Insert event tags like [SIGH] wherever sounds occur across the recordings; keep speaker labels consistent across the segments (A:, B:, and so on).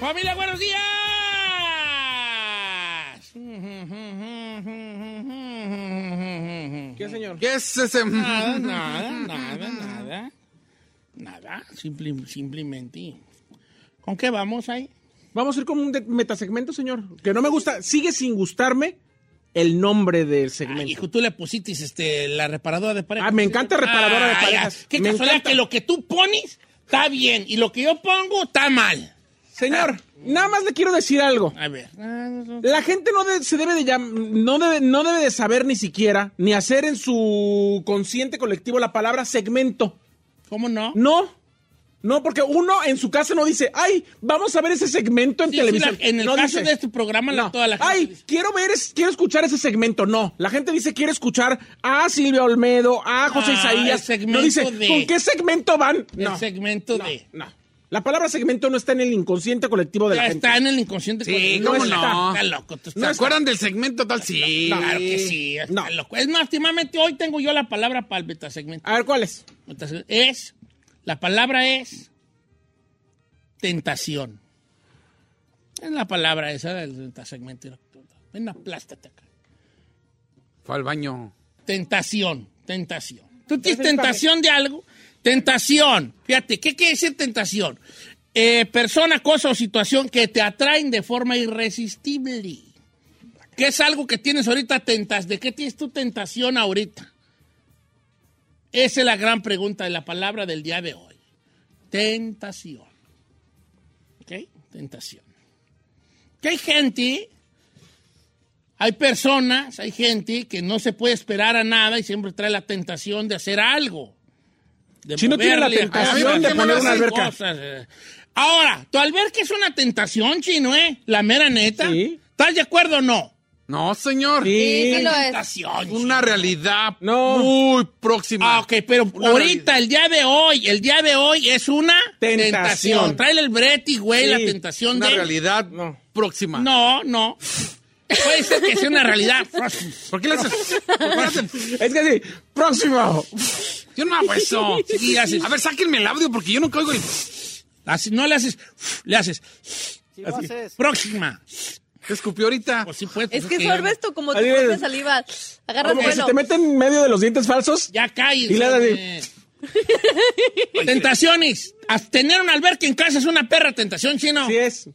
A: Familia, buenos días.
B: ¿Qué, señor?
C: ¿Qué es
A: [LAUGHS]
C: ese?
A: Nada, nada, nada, nada. Nada, simple- simplemente. ¿Con qué vamos ahí?
B: Vamos a ir con un de- metasegmento, señor. Que no me gusta, sigue sin gustarme el nombre del
A: Ay,
B: segmento.
A: hijo, tú le pusiste este, la reparadora de parejas.
B: Ah, me encanta reparadora de
A: Ay,
B: parejas.
A: ah, Qué
B: Me
A: casualidad
B: encanta.
A: que lo que tú pones está bien y lo que yo pongo está mal.
B: Señor, nada más le quiero decir algo.
A: A ver.
B: La gente no de- se debe de llam- no debe, no debe de saber ni siquiera, ni hacer en su consciente colectivo la palabra segmento.
A: ¿Cómo no?
B: No. No, porque uno en su casa no dice, ay, vamos a ver ese segmento en
A: Sí, sí,
B: televisión.
A: la- en el
B: No
A: caso
B: dice.
A: de este programa, la-
B: No.
A: toda la gente
B: Ay,
A: dice-
B: quiero ver, es- quiero escuchar ese segmento. No, la gente dice quiere escuchar a Silvia Olmedo, a José
A: Ah,
B: Isaías.
A: el segmento
B: No dice,
A: de-
B: ¿con qué segmento van? No,
A: el segmento de.
B: no. La palabra segmento no está en el inconsciente colectivo de la
A: Ya
B: gente.
A: está en el inconsciente.
C: Sí,
A: colectivo.
B: ¿cómo no?
A: Está loco. tú
C: ¿Se
A: estás-
C: acuerdan del segmento tal? Sí.
A: Claro que sí. está
B: No.
A: loco. Es más, últimamente hoy tengo yo la palabra para el metasegmento.
B: A ver, ¿cuál es?
A: Metasegmento. Es, la palabra es tentación. Es la palabra esa del metasegmento. Ven, aplástate acá.
C: Fue al baño.
A: Tentación, tentación. Tú tienes tentación de algo. Tentación. Fíjate, ¿qué quiere decir tentación? Eh, persona, cosa o situación que te atraen de forma irresistible. ¿Qué es algo que tienes ahorita tentas? ¿De qué tienes tu tentación ahorita? Esa es la gran pregunta de la palabra del día de hoy. Tentación. ¿Ok? Tentación. Que hay gente hay personas, hay gente que no se puede esperar a nada y siempre trae la tentación de hacer algo. De
B: Si no tiene la
A: moverle,
B: tentación
A: hacer
C: de poner una
B: alberca.
A: cosas, eh. Ahora, tu alberca es una tentación, chino, ¿eh? La mera neta.
B: Sí.
A: ¿Estás de acuerdo o no?
C: No, señor.
B: Sí.
D: sí lo es.
A: Tentación.
C: Pues, Una realidad
B: No.
C: muy próxima.
A: Ah, ok, pero
C: Una
A: ahorita, el día de hoy, el día de hoy es una
B: Tentación.
A: Trae el breti, güey,
B: Sí,
A: la tentación
C: Una
A: de.
C: realidad
B: No.
C: próxima.
A: No, no. Puede ser que sea una realidad.
C: ¿Por qué le haces? ¿Por qué le haces?
B: Es que sí. Próximo.
C: Yo no hago eso.
A: Sí, haces.
C: A ver, sáquenme el audio porque yo no caigo el...
A: Así, no le haces, le haces. Así. Próxima.
C: Te escupió ahorita.
A: Pues sí, pues,
D: Es
A: pues,
D: que sorbes tú como
B: Ahí
D: tu propia
B: ves.
D: saliva. Agarras
B: Como que se
D: vuelo.
B: te mete en medio de los dientes falsos.
A: Ya calles.
B: Y le haces
A: hombre. Tentaciones. As- Tener un alberca en casa es una perra tentación, chino.
B: Así es.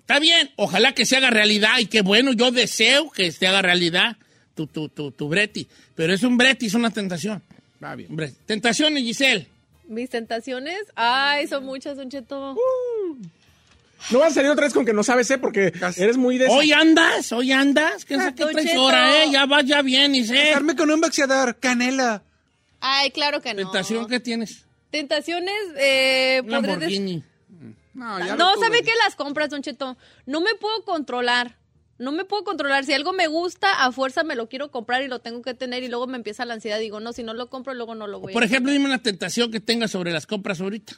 A: Está bien. Ojalá que se haga realidad. Y qué bueno, yo deseo que se haga realidad tu, tu, tu, tu Breti. Pero es un Breti, es una tentación.
C: Va bien.
A: Hombre, Tentaciones, Giselle.
D: Mis tentaciones, ay, son muchas, Don Cheto.
B: No vas a salir otra vez con que no sabes, ¿eh? Porque
C: Casi.
B: eres muy de...
A: Hoy andas, hoy andas. ¿Qué
D: Ah,
A: qué
D: Don
A: traes
D: Cheto.
A: ahora, eh? Ya vas, ya vienes, eh.
C: Casarme con un boxeador. Canela.
D: Ay, claro que no.
A: Tentación que tienes.
D: Tentaciones, eh,
A: Un
D: podré des- Ah,
A: Lamborghini.
C: No, ya
D: No,
C: lo
D: ¿sabe
C: tuve.
D: qué? Las compras, Don Cheto. No me puedo controlar. No me puedo controlar. Si algo me gusta, a fuerza me lo quiero comprar y lo tengo que tener y luego me empieza la ansiedad. Digo, no, si no lo compro, luego no lo
A: O,
D: voy a
A: Por ejemplo, dime una tentación que tengas sobre las compras ahorita.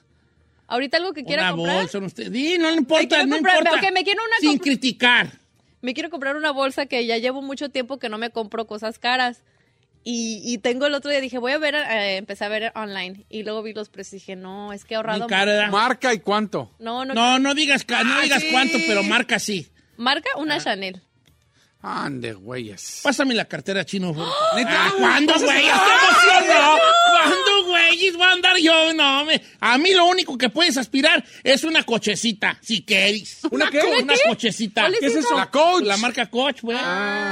D: Ahorita algo que quiera
A: una
D: comprar.
A: bolsa, no, usted- Di, no le importa,
D: quiero
A: no
D: comprar-
A: importa.
D: ok, me quiero una
A: Sin
D: compra-
A: criticar.
D: me quiero comprar una bolsa que ya llevo mucho tiempo que no me compro cosas caras. Y, y tengo el otro día, dije, voy a ver, eh, empecé a ver online. Y luego vi los precios y dije, no, es que he ahorrado.
A: Muy cara,
D: mucho.
A: ¿verdad?
C: Marca y cuánto.
D: No, no, Ah,
A: No, no digas, ca- no digas cuánto, pero marca sí.
D: Marca una Chanel.
C: Ande, güeyes.
A: Pásame la cartera
D: [GASPS]
A: chino. por favor.
C: ¿Neta?
A: Ah, ¿Cuándo, güey? ¡Qué emoción, no! ¿Cuándo, güey? Voy a andar yo. No, me- a mí lo único que puedes aspirar es una cochecita, si querés.
B: ¿Una qué?
A: co- Una
D: ¿Qué?
A: cochecita.
D: ¿Cuál
B: ¿Qué es eso? Ah.
C: La coach.
A: La marca Coach, güey.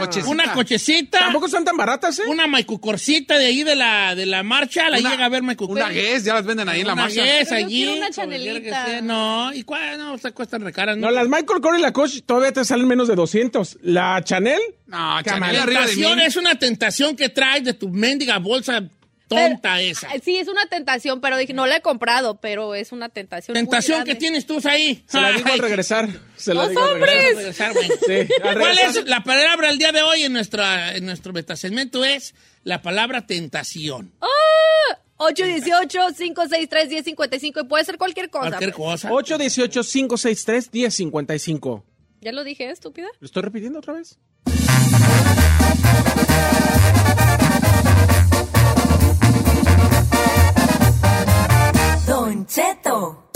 C: Cochecita.
A: Una cochecita.
B: Tampoco están tan baratas, ¿eh?
A: Una maicucorcita de ahí de la, de la marcha. La
C: Una-
A: llega a ver maicucor.
C: Una guess, ya las venden ahí en la
A: Una
C: marcha.
A: Guess
D: Pero yo
A: allí.
D: quiero una
A: como
D: Chanelita.
A: quiera que sea. No, ¿y cuál? No, se cuestan recaras.
B: No, las Michael Kors y la Coach todavía te salen menos de 200. La Chanel,
C: No, Chanel
B: Camarón.
C: arriba de
A: Tentación
C: mí.
A: es una tentación que traes de tu mendiga bolsa tonta esa.
D: Ah, Sí, es una tentación, pero dije, no la he comprado, pero es una tentación. muy
A: Tentación
D: grande.
A: que tienes tú ahí.
B: se la digo
A: Ay,
B: al regresar. Se la
D: ¡Los
B: digo al regresar.
D: hombres!
A: regresar, güey.
B: Sí, al
A: ¿Cuál
B: regresar.
A: es la palabra el día de hoy en, nuestra, en nuestro metasegmento? Es la palabra tentación.
D: 818-563-1055 y puede ser cualquier cosa.
A: Cualquier cosa.
B: 818-563-1055.
D: Ya lo dije, estúpida.
A: Pues,
B: ¿Lo estoy repitiendo otra vez?
E: Don Cheto.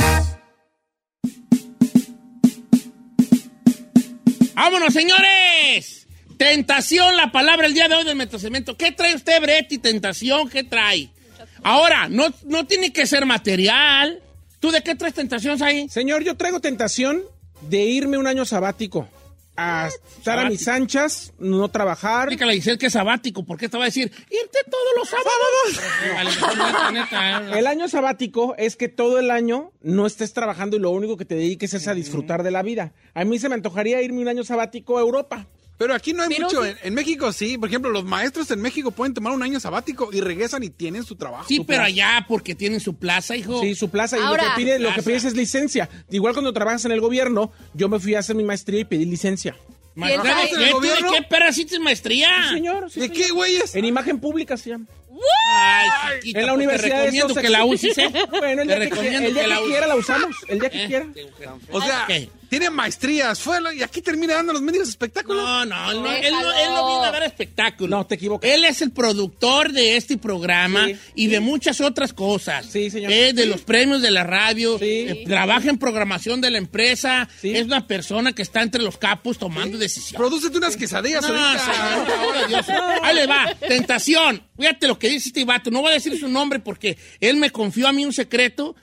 A: ¡Vámonos, señores! Tentación, la palabra el día de hoy del metasegmento. ¿Qué trae usted, Breti? Tentación, ¿qué trae? Ahora, no, no tiene que ser material. ¿Tú de qué traes tentación, ahí?
B: Señor, yo traigo tentación de irme un año sabático. A estar a mis anchas, no trabajar.
A: Explícale a Giselle que es sabático, porque te va a decir, irte todos los sábados. Vale, neta, neta, eh.
B: El año sabático es que todo el año no estés trabajando y lo único que te dediques es a disfrutar de la vida. A mí se me antojaría irme un año sabático a Europa.
C: Pero aquí no hay
D: Pero
C: mucho.
D: sí.
C: En, en México sí. Por ejemplo, los maestros en México pueden tomar un año sabático y regresan y tienen su trabajo.
A: Sí, pero allá, porque tienen su plaza, hijo.
B: Sí, su plaza. Y lo
D: Ahora-
B: que, pide, lo que
A: Plaza.
B: pides es licencia. Igual cuando trabajas en el gobierno, yo me fui a hacer mi maestría y pedí licencia.
A: Maestra,
D: ¿Quién
A: ¿de
D: sabe?
A: qué,
C: ¿El
A: tú de
C: gobierno?
A: qué perra hiciste maestría?
B: Sí, señor. sí,
C: ¿De
B: señor.
C: qué, güeyes?
B: En imagen pública se llama.
A: Ay, chiquita,
B: En la
A: pues,
B: universidad
A: Te recomiendo
B: eso se-
A: que la uses, ¿eh?
B: [LAUGHS] Bueno, el
A: Te
B: día que,
A: recomiendo
B: el día
A: que
B: que
A: la uses.
B: quiera la usamos. El día que
A: Eh,
B: quiera.
C: O sea,
A: Ok.
C: tiene maestrías, fue lo- y aquí termina dando los medios espectáculos.
A: No, no, él no, él no, él no viene a dar espectáculo.
B: No, te equivocas.
A: Él es el productor de este programa
B: Sí.
A: y de muchas otras cosas.
B: Sí, señor.
A: Eh, de los premios de la radio,
B: Sí.
A: eh, trabaja en programación de la empresa,
B: Sí.
A: es una persona que está entre los capos tomando decisiones.
C: Producete unas quesadillas
A: No,
C: ahorita.
A: señor, por favor,
B: [LAUGHS]
A: Dios. Ahí le va, tentación. Fíjate lo que dice este vato. No voy a decir su nombre porque él me confió a mí un secreto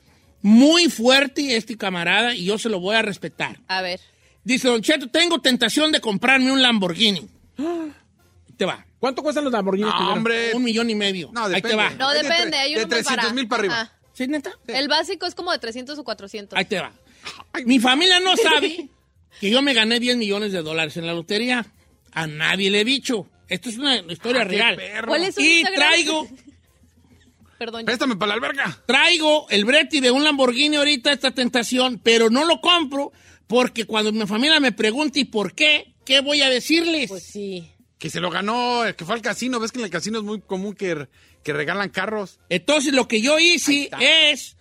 A: muy fuerte, este camarada, y yo se lo voy a respetar.
D: A ver.
A: Dice, Don Cheto, tengo tentación de comprarme un
C: [GASPS]
A: Lamborghini. Te va.
B: ¿Cuánto cuestan los Lamborghini?
C: No,
B: primero?
C: hombre.
A: Un millón y medio.
C: Eh, No,
A: Ahí
C: depende.
A: te va.
D: No,
C: Hay de
D: depende.
C: tre-
D: hay
C: de
D: uno muy
C: 300,000 para
D: barato.
C: arriba.
D: Ajá.
A: ¿Sí, neta?
D: El básico es como de 300 o 400.
A: Ahí te va. Mi familia no
C: [LAUGHS]
A: sabe que yo me gané 10 millones de dólares en la lotería. A nadie le he dicho. Esto es una historia
C: Ah, Qué
A: real.
C: perro.
D: ¿Cuál es su
A: Y
D: Instagram?
A: traigo,
D: Perdón.
C: Préstame para la alberga.
A: traigo el Breti de un Lamborghini ahorita, esta tentación, pero no lo compro porque cuando mi familia me pregunte ¿y por qué? ¿Qué voy a decirles?
D: Pues sí.
C: Que se lo ganó, el que fue al casino. Ves que en el casino es muy común que, re- que regalan carros.
A: Entonces lo que yo hice es,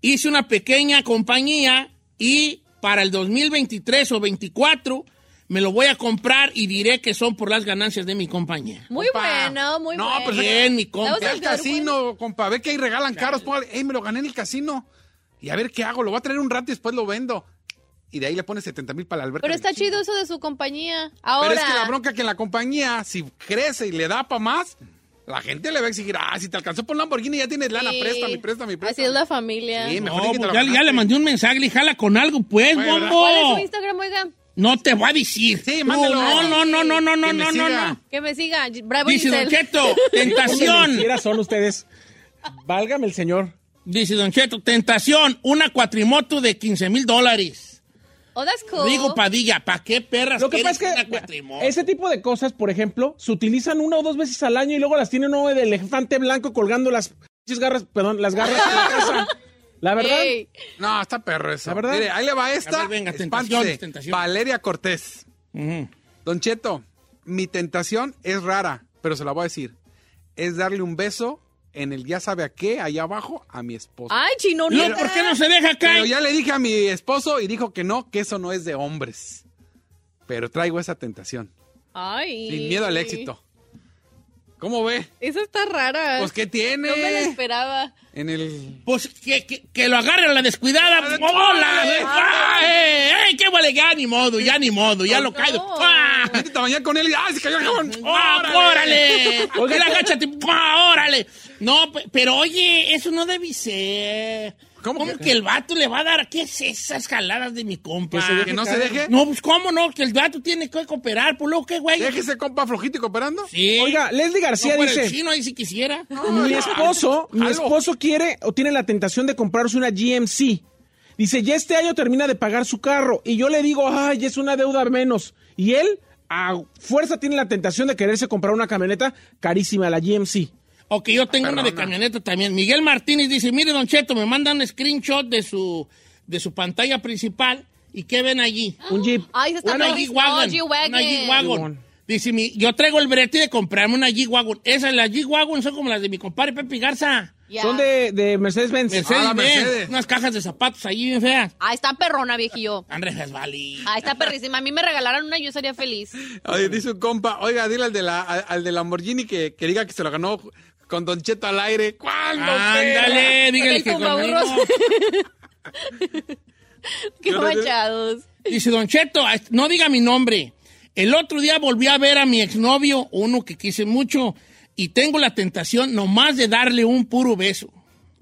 A: hice una pequeña compañía y para el 2023 o 24 me lo voy a comprar y diré que son por las ganancias de mi compañía.
D: Muy
C: Compa.
D: bueno, muy
C: No, pues,
D: bueno.
C: pero es-
A: Bien, mi compa.
C: Ve al
D: Salvador,
C: casino, compa. Ve que ahí regalan carros. Póngale, hey, me lo gané en el casino. Y a ver qué hago. Lo voy a traer un rato y después lo vendo. Y de ahí le pones 70 mil para la alberga.
D: Pero está chido eso de su compañía.
C: Pero
D: Ahora.
C: es que la bronca que en la compañía, si crece y le da para más, la gente le va a exigir, ah, si te alcanzó por Lamborghini ya tienes lana,
D: Sí.
C: préstame, préstame, préstame.
D: Así es la familia.
C: Sí, mejor
A: No,
C: di que te
A: pues,
C: lo
A: ya, ya
C: ganaste.
A: le mandé un mensaje, le jala con algo, pues,
C: Bueno, ¿verdad?
A: bombo.
D: ¿Cuál es su Instagram, oiga?
A: No te voy a decir.
C: Sí,
A: Tú,
C: mándalo.
A: No, no, no, no, no, no,
C: Que
A: no,
C: me
A: no,
C: siga.
A: no.
D: Que me siga. Bravo
A: Dice Don
D: Giselle. [LAUGHS]
A: Cheto, tentación.
B: Quiera son ustedes. Válgame el señor.
A: Dice Don Cheto, tentación, una cuatrimoto de 15 mil dólares.
D: Oh, that's cool.
A: Digo, Padilla, ¿para qué perras
B: Lo que pasa
A: quieres
B: es que
A: una cuatrimoto?
B: ese tipo de cosas, por ejemplo, se utilizan una o dos veces al año y luego las tienen uno de elefante blanco colgando las pinches garras, perdón, las garras de la casa. La verdad,
D: Ey.
C: No, está perro eso.
B: La verdad.
C: Mire, ahí le va
A: A
C: esta.
A: ver, venga,
C: Espántese.
A: tentación, tentación.
C: Valeria Cortés.
A: Ujú.
C: Don Cheto, mi tentación es rara, pero se la voy a decir. Es darle un beso en el ya sabe a qué, allá abajo, a mi esposo.
A: Ah,
D: Ay, chino,
A: No,
D: neta.
A: ¿por qué no se deja acá?
C: Pero ya le dije a mi esposo y dijo que no, que eso no es de hombres. Pero traigo esa tentación.
D: Ay.
C: Sin miedo al éxito. ¿Cómo ve?
D: Esa está rara.
C: Pues, ¿qué tiene?
D: No me la esperaba.
C: En el...
A: Pues que, que, que lo agarren a la descuidada. ¡Hola! ¡Ah, eh, eh! ¡Qué vale! Ya ni modo, ya ni modo, ya lo caigo. ¡Ah!
C: Métete a bañar con él y... ¡Ay, se cayó el jabón!
A: ¡Ah, [LAUGHS] ¡Órale! Mira, agáchate. ¡Ah, ¡Órale! No, pe- pero oye, eso no debe ser.
C: ¿Cómo
A: ¿Cómo,
C: que-
A: que, el vato le va a dar? ¿Qué es esas jaladas de mi compa?
C: Que se deje, no se deje.
A: No, pues cómo no, que el vato tiene que cooperar. Pues luego, ¿qué güey?
C: Déjese, compa, flojito y cooperando.
A: Sí.
B: Oiga, Leslie
A: No
B: García
A: fuera el
B: dice,
A: chino ahí si quisiera.
B: mi esposo, mi
C: Jalo.
B: esposo quiere o tiene la tentación de comprarse una GMC. Dice, ya este año termina de pagar su carro y yo le digo, ay, es una deuda menos. Y él, a fuerza, tiene la tentación de quererse comprar una camioneta carísima, la GMC.
A: O que yo tengo una de camioneta también. Miguel Martínez dice, mire, Don Cheto, me manda un screenshot de su, de su pantalla principal y ¿qué ven allí?
B: Un Jeep.
D: Ay, esa está
A: Una
D: muy-
A: G-Wagon.
D: No, G-Wagon.
A: Una G-Wagon. Dice, mi- yo traigo el brete de comprarme una G-Wagon. Esas, las G-Wagon son como las de mi compadre Pepe Garza.
D: Ya.
B: Son de, de Mercedes-Benz.
A: Mercedes,
C: Ah, la
A: Benz.
C: Mercedes.
A: Unas cajas de zapatos ahí bien feas.
D: Ah, está perrona, viejillo.
A: Andrés Valley.
D: Ah, está perrísima. A mí me regalaron una, yo sería feliz.
C: Oye, dice un compa, oiga, dile al de la, al, al de Lamborghini que, que diga que se lo ganó con Don Cheto al aire. ¿Cuándo? perra?
A: Ándale, dígale
D: el
A: que
D: tumbaburros.
A: conmigo.
C: [LAUGHS]
D: [LAUGHS] Qué
C: Yo no sé.
D: manchados.
A: Dice, Don Cheto, no diga mi nombre. El otro día volví a ver a mi exnovio, uno que quise mucho, y tengo la tentación nomás de darle un puro beso.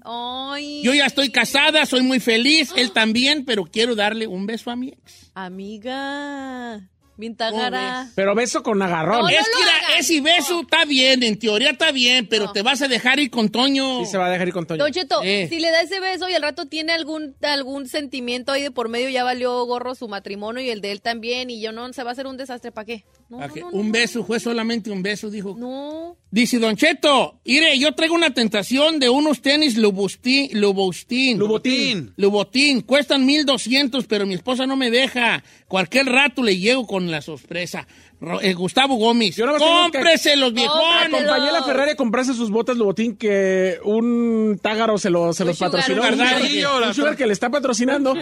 D: Ay.
A: Yo ya estoy casada, soy muy feliz, él también, pero quiero darle un beso a mi ex.
D: Amiga. Bien tagara.
B: Pero beso con agarrón.
D: Oh, No,
A: es
D: lo
A: que era-
D: hagan,
A: ese beso está bien, en teoría está bien, pero te vas a dejar ir con Toño.
B: Y se va a dejar ir con Toño.
D: Don Cheto,
A: Eh.
D: si le da ese beso y al rato tiene algún, algún sentimiento ahí de por medio, ya valió gorro su matrimonio y el de él también, y yo no, se va a hacer un desastre, ¿para qué? No,
A: ¿A
D: no,
A: qué?
D: no,
A: un
D: no,
A: beso, fue solamente un beso, dijo.
D: No.
A: Dice, Don Cheto, mire, yo traigo una tentación de unos tenis Lubustín, Lubustín.
C: Lubotín.
A: Lubotín, cuestan 1200, pero mi esposa no me deja. Cualquier rato le llego con la sorpresa. Ro- eh, Gustavo Gómez, Ah,
B: Yo nada más tengo
A: cómprese los viejones.
D: Cómpratelos.
B: Acompañé a la Ferrari a comprarse sus botas Lubotín que un tágaro se, lo, se
D: Un
B: los
D: sugar,
B: patrocinó.
A: un
B: Un
A: sugar
B: sugar,
A: daddy.
B: un sugar que le está patrocinando.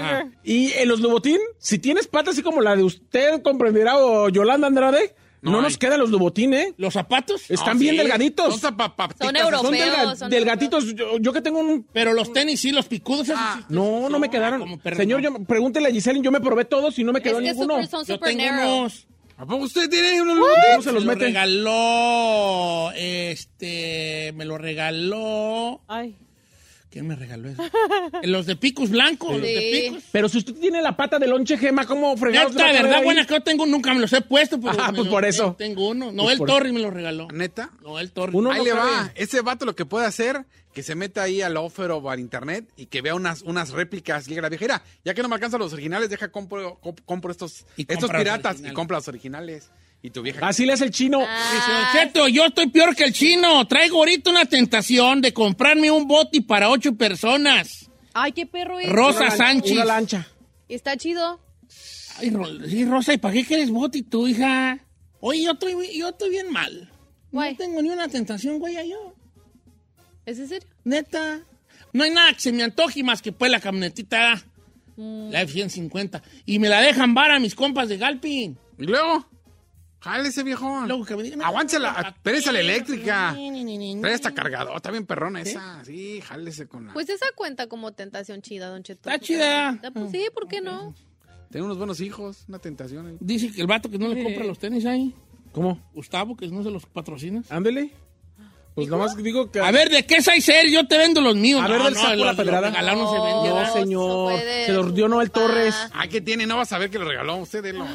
B: Y en los Lubotín, si tienes patas así como la de usted, comprenderá, o Yolanda Andrade, no,
C: No hay.
B: nos quedan los Lubotín, ¿eh?
A: ¿Los zapatos? Ah,
B: Están
C: No,
B: bien
C: sí.
B: delgaditos.
C: Son zapapatitas.
D: Son europeos.
B: Son delga-
D: Feos, son
B: delgatitos. Yo, yo que tengo un...
A: Pero los tenis sí, los picudos. esos
D: Ah.
A: sí.
B: No, no
A: Pues, como
B: me quedaron.
A: perro,
B: Señor,
A: no.
B: yo, pregúntele a Giselle, yo me probé todos y no me
D: Es
B: quedó
D: que
B: ninguno.
D: super- son
A: Yo
D: super
A: tengo
D: narrow.
A: unos.
C: ¿A poco usted tiene unos
B: ¿Cómo
C: Lubotín?
B: se los
A: me lo
B: mete?
A: regaló, este, me lo regaló.
D: Ay.
A: ¿Quién me regaló eso? [LAUGHS] los de picos blancos, los de
D: Sí.
A: picos.
B: Pero si usted tiene la pata de lonche gema, ¿cómo
A: Ya
B: fregados?
A: está,
B: la va a
A: verdad
B: poner
A: buena
B: ahí?
A: que yo tengo, nunca me los he puesto. pero
B: Ah,
A: me los-
B: pues por eso.
A: Tengo uno.
B: Pues
A: Noel
B: por-
A: Torri me lo regaló.
C: ¿Neta?
A: Noel Torri.
B: Uno
C: Ahí
B: no
C: le
B: cabe.
C: va. Ese vato lo que puede hacer, que se meta ahí al offer o al internet y que vea unas, unas réplicas. Y diga la vieja, "Mira, ya que no me alcanzan los originales, deja, compro, comp- compro estos,
A: Y
C: estos
A: compra los
C: piratas y
A: originales.
C: compra los originales. Y tu vieja...
B: Así le hace el chino.
D: Ah.
A: Dice, "Don Cheto, yo estoy peor que el chino. Traigo ahorita una tentación de comprarme un boti para ocho personas.
D: Ay, qué perro es.
A: Rosa
B: Una lan-
A: Sánchez.
B: Una lancha.
D: Está chido.
A: Ay, Ro- sí, Rosa, ¿y para qué quieres boti tú, hija? Oye, yo estoy, yo estoy bien mal.
D: Guay.
A: No tengo ni una tentación, güey, a yo.
D: ¿Es en serio?
A: Neta. No hay nada que se me antoje más que pues la camionetita. La F-150. Y me la dejan vara mis compas de Galpin.
C: Y luego, jale ese viejo.
A: Luego que me digan,
C: Aguánchala, Ah. pero esa la eléctrica.
A: Ni, ni, ni, ni, ni.
C: Trae esta cargadota bien perrona esa. Sí, jálese con la...
D: Pues esa cuenta como tentación chida, Don Cheto.
A: Está chida. Mm.
D: Ah, pues sí, ¿por qué no?
C: Tiene unos buenos hijos, una tentación. ahí.
A: Dice que el vato que no le compra los tenis ahí.
B: ¿Cómo?
A: Gustavo, que no se los patrocinas.
B: Ándele. Pues nomás digo que.
A: A ver, ¿de qué seis ser? Yo te vendo los míos.
B: A ver, del saco la pedrada.
A: regalado no se vende,
B: No,
A: ¿verdad?
D: Oh,
B: señor.
D: puede.
B: Se lo dio Noel
D: Va.
B: Torres.
C: Ah, ¿qué tiene? No vas a ver que lo regaló usted, délo.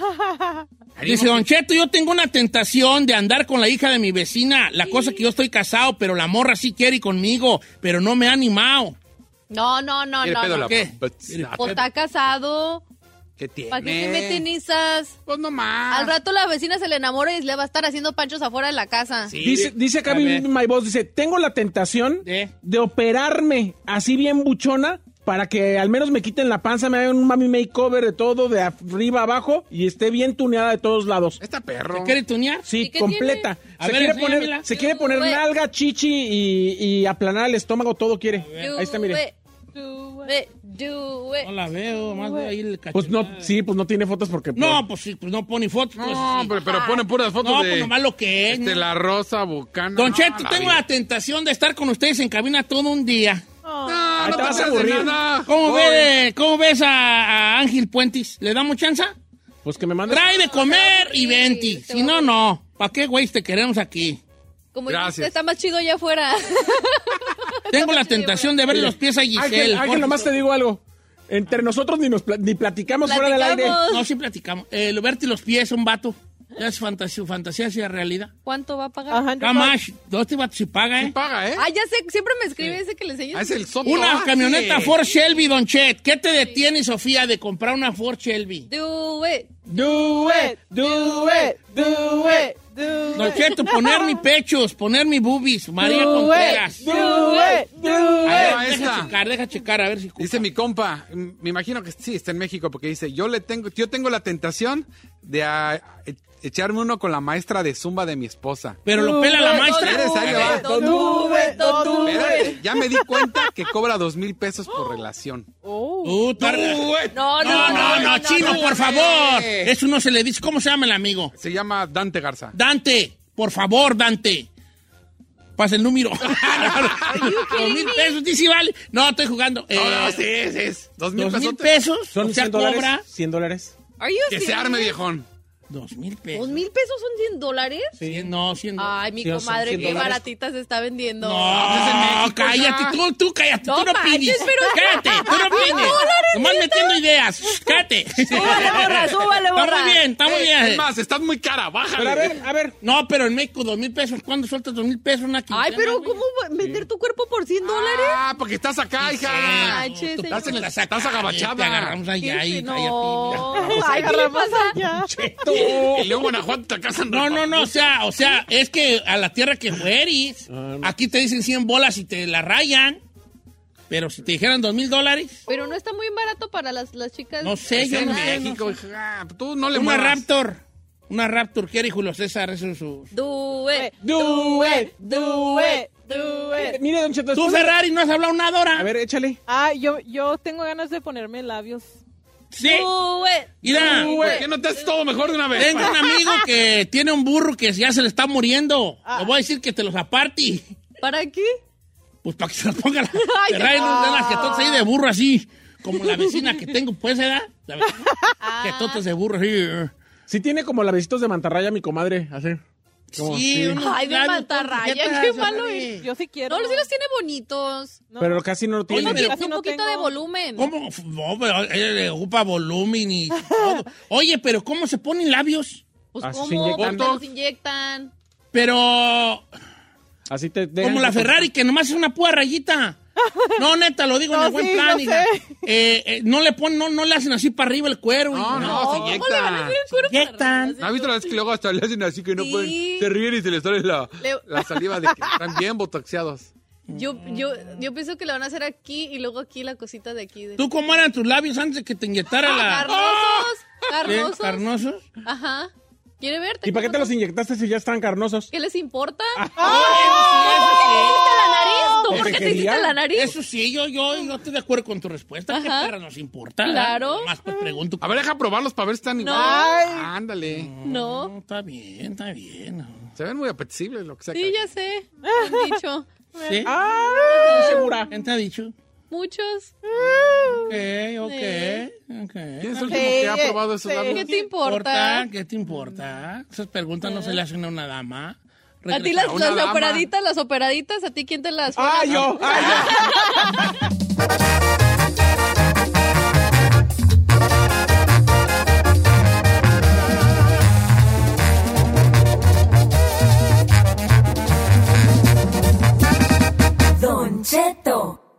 A: Dice Don Cheto, yo tengo una tentación de andar con la hija de mi vecina. La cosa que yo estoy casado, pero la morra sí quiere ir conmigo, pero no me ha animado.
D: No, no, no,
C: Quiere
D: no.
C: pedo
D: no.
C: la-
A: ¿Qué?
D: O está casado.
C: ¿Qué tiene?
D: ¿Para qué se meten esas?
C: Pues
D: Al
C: nomás.
D: rato la vecina se le enamora y le va a estar haciendo panchos afuera de la casa.
C: Sí.
B: Dice, dice acá
A: A
B: mi-
A: ver.
B: My Boss, dice, tengo la tentación
A: ¿De?
B: de operarme así bien buchona para que al menos me quiten la panza, me hagan un mami makeover de todo, de arriba abajo, y esté bien tuneada de todos lados.
C: Está perro.
A: ¿Quiere tunear?
D: ¿Y
B: Sí,
D: qué
B: completa.
D: tiene?
A: A
B: Se,
A: ver,
B: quiere
A: enséñamela.
B: poner, se quiere poner
D: Sube. eh.
B: nalga, chichi y, y aplanar el estómago, todo quiere. Ahí está, mire.
D: Ve, ve, Do it.
A: No la veo, más veo ahí el
B: Pues
A: cachetada.
B: no, sí, pues no tiene fotos porque.
A: No, pues sí, pues no pone fotos. pues,
C: No,
A: sí.
C: hombre, pero ponen puras fotos
A: No,
C: de.
A: pues nomás lo que es.
C: este,
A: ¿no?
C: la rosa bucana.
A: Don
C: No,
A: Cheto,
C: la
A: tengo
C: vida.
A: la tentación de estar con ustedes en cabina todo un día.
C: No,
B: Ahí
C: no
B: te
C: te
B: vas
C: vas
B: a
C: a
B: aburrir.
C: nada.
A: ¿Cómo,
C: Pobre.
A: ve- cómo ves a, a Ángel Puentes? ¿Le damos chance?
B: Pues que me mandes.
A: Trae de comer y venti.
D: sí, te
A: Si
D: va
A: no,
D: a-
A: no. ¿Para qué, güey, te queremos
D: [LAUGHS]
A: aquí?
D: Como
C: Gracias.
D: dijiste, está más chido allá afuera. [LAUGHS]
A: Tengo la tentación
D: ¿eh?
A: de ver los pies a
B: Ángel,
A: Giselle.
B: Ángel,
A: por-
B: nomás te digo algo. Entre nosotros ni nos pla- ni platicamos, fuera del aire.
D: Platicamos.
A: No, sí platicamos. Eh, lo- verte los pies, un vato. Ya es fantasía, fantasía hacia realidad.
D: ¿Cuánto va a pagar?
E: Ajá.
A: Camash, dos te vatos si paga, ¿eh?
C: Paga, ¿eh?
D: Ah, ya sé, siempre me escribe ese que le enseño.
C: Ah, es el soto.
A: Una
C: ah,
A: camioneta
C: sí.
A: Ford Shelby, Don Chet. ¿Qué te detiene, Sofía, de comprar una Ford Shelby?
D: Do it.
B: Do it, do it, do it, do
A: Don
D: [LAUGHS]
A: Cheto, poner mis pechos, poner mis boobies, María
B: Do it,
A: Contreras.
B: do it, do
C: Ahí va
A: Deja
C: esta.
A: checar, deja checar, a ver si...
C: Dice mi compa, m- me imagino que sí, está en México, porque dice, yo le tengo, yo tengo la tentación de ah, e- echarme uno con la maestra de zumba de mi esposa.
A: Pero lo pela la
C: Eres, ahí
A: maestra.
C: va.
D: Do,
E: Do it, do
C: Espérate, ya me di cuenta que cobra dos mil pesos por relación.
A: Uh, tarda.
D: No, no,
A: No, no, no, chino,
C: no,
A: por
C: no.
A: favor. Eso no se le dice. ¿Cómo se llama el amigo?
C: Se llama Dante Garza.
A: Dante, por favor, Dante. Pasa el número. Dos mil pesos, dice vale. No, estoy jugando. Eh,
C: No, no, sí, sí, sí. Dos mil
A: Dos mil
C: pesos.
A: pesos.
B: Son
A: o sea,
B: 100 dólares.
A: cobra
B: 100 dólares.
D: Are you
C: Que se
D: serious?
C: arme, viejón.
A: dos mil
D: ¿Dos
A: pesos.
D: mil pesos son 100 dólares?
A: Cien- No, cien dólares.
D: Ay, mi
B: Sí, son
D: comadre,
B: 100
D: qué
B: dólares.
D: baratita se está vendiendo.
C: es en
A: No,
C: México,
A: cállate,
C: ya.
A: tú, tú cállate,
D: No
A: tú no
D: manches,
A: pides.
D: pero-
A: [LAUGHS] Cállate, tú no pides.
D: dólares,
A: Nomás metiendo ideas. Cállate.
E: Súbale, borra, súbale,
A: Está
E: borra.
A: muy bien, está muy
C: Eh,
A: bien.
C: Es más, estás muy cara,
B: Pero a
C: bájale.
B: ver, a ver.
A: No, pero en México, dos mil pesos. ¿Cuándo sueltas dos mil pesos? Una
E: Ay,
A: quincena,
E: pero
A: güey?
E: ¿cómo va- vender tu cuerpo por 100 dólares?
C: Ah, porque estás acá, hija.
D: Ay, che,
A: Tú
D: señor.
A: pásale la
C: Estás agabachada.
A: Te agarramos allá
D: Sí,
A: y
D: sí, no. [LAUGHS]
A: cállate.
E: Ay,
D: Ay, ¿qué le
E: agarra más
D: pasa?
E: allá.
C: Y luego Guanajuato te casan.
A: No, no, no, o sea, o sea, es que a la tierra que fueres,
C: Ah,
A: aquí te dicen 100 bolas y te la rayan, pero si te dijeran dos mil dólares,
D: Pero no está muy barato para las, las chicas.
A: no sé,
C: Es
A: yo
C: en
A: no sé, no
C: México,
A: sé.
C: hija. Tú no le
A: Una
C: muevas.
A: Raptor, una Raptor, ¿qué era y Julio César? Eso es su...
D: Do it.
B: Do it,
D: Do it. Do it.
B: Mire, don Cheto.
A: Tú,
B: después de-
A: Ferrari, no has hablado nada ahora.
B: Pues, A ver, échale.
E: Ah, yo, yo tengo ganas de ponerme labios.
A: sí,
D: Do it.
A: mira,
C: ¿Por qué no te haces todo mejor de una vez?
A: tengo un amigo que tiene un burro que ya se le está muriendo.
D: Ah.
A: Le voy a decir que te los aparte.
D: ¿Para qué?
A: Pues para que se las ponga
D: [LAUGHS]
A: la Ferrari, no de las que totas ahí de burro así. Como la vecina que tengo, pues, ¿verdad? La
D: [LAUGHS]
A: vecina.
E: Ah,
A: Que totas de burro así. eh.
B: Sí tiene como labecitos de mantarraya mi comadre. Así. Como
A: Sí,
B: así.
A: unos
D: Ay, de
A: labios
D: mantarraya,
A: con sujetas,
D: qué malo
A: Ferrari.
E: Yo sí quiero.
D: No, sí los tiene bonitos.
E: No.
B: Pero casi no lo tiene.
A: Oye, pero-
E: Casi
D: un
E: no
D: poquito
E: tengo.
D: de volumen.
A: ¿Cómo? No, pero ella le ocupa volumen y
D: [LAUGHS]
A: todo. Oye, pero ¿cómo se ponen labios?
D: Pues
B: Ah,
D: cómo,
B: se inyectan.
D: porque
C: Botox.
D: los inyectan.
A: Pero
B: Así te dejan
A: como la
B: que-
A: Ferrari, que nomás es una pura
D: [LAUGHS]
A: rayita. No, neta, lo digo en
E: No,
A: el buen
E: sí,
A: plan.
E: yo
A: hija.
E: sé.
A: Eh, eh, no le ponen, no, no le hacen así para arriba el cuero.
C: No,
A: hija.
C: no, se
D: ¿Cómo le van a
C: inyecta.
D: hacer el cuero para
A: Inyectan.
D: arriba?
C: ¿No has visto la vez que luego hasta le hacen así que no
D: Sí.
C: pueden? Se ríen y se les sale la,
D: Le-
C: la saliva de que están bien botoxeados.
D: Yo, yo, yo pienso que le van a hacer aquí y luego aquí la cosita de aquí. de- ¡Ah!
A: ¿Tú cómo eran tus labios antes de que te inyectara la...
D: Carnosos.
A: ¿Qué?
D: Carnosos.
A: ¿Carnosos?
D: Ajá. ¿Quiere verte?
B: ¿Y para qué te los inyectaste si ya están carnosos?
D: ¿Qué les importa?
A: Ah, Oye,
D: la nariz? ¿Tú
B: ¿Te
D: por qué te
B: quería?
D: hiciste la nariz?
A: Eso sí, eso sí, yo, yo, yo estoy de acuerdo con tu respuesta. ¿Qué
D: Ajá.
A: perra nos importa?
D: Claro.
A: Más pues pregunto.
C: A ver, deja probarlos para ver si están igual.
E: Ay.
C: Ándale.
D: No.
A: No, está bien, está bien.
C: Se ven muy apetecibles lo que sea.
D: Sí, ya sé. Me han dicho.
A: ¿Sí?
B: ¡Ah! segura.
A: ¿Quién te ha dicho?
D: Muchos.
A: Ok, ok, ok.
C: ¿Quién es
A: ¿Qué
C: el último que ha probado esos
E: sí.
D: ¿Qué
C: labios?
D: te importa?
A: ¿Qué te importa? Esas preguntas no se le hacen a una dama.
D: A
A: Regresa-
D: ti las,
C: una
D: las
C: dama.
D: operaditas, las operaditas, ¿a ti quién te las fue?
B: ¡Ah, yo! ¡Ah,
F: Don Cheto,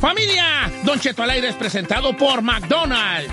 A: familia. Don Cheto al aire es presentado por McDonald's.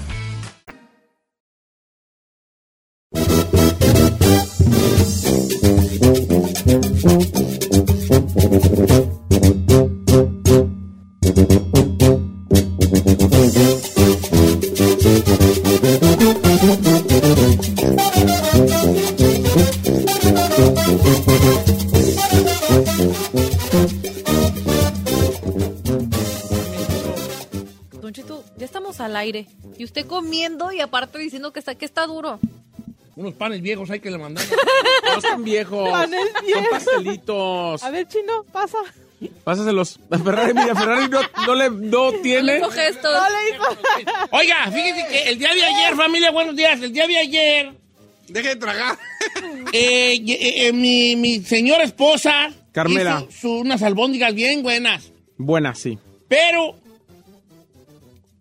D: Don Cheto, ya estamos al aire. Y usted comiendo y aparte diciendo que está, que está duro.
A: Unos panes viejos hay que le
E: [LAUGHS]
A: mandar.
B: No están viejos.
E: Panel
B: Son
E: viejo.
B: pastelitos.
E: A ver, chino, pasa.
B: Pásaselos. A Ferrari, mira, Ferrari no, no le, no tiene.
D: Hizo gestos.
A: Oiga, fíjense que el día de ayer, familia, buenos días. El día de ayer,
C: Deje de tragar.
A: eh, y- eh, eh, mi, mi señora esposa.
B: Carmela.
A: hizo su- unas albóndigas bien buenas.
B: Buena, sí.
A: Pero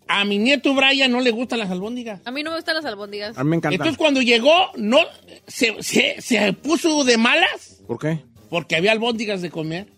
A: a mi nieto Brian no le gustan las albóndigas.
D: A mí no me gustan las albóndigas.
B: A mí me encanta.
A: Entonces cuando llegó, no se, se- se puso de malas
B: ¿Por qué?
A: porque había albóndigas de comer.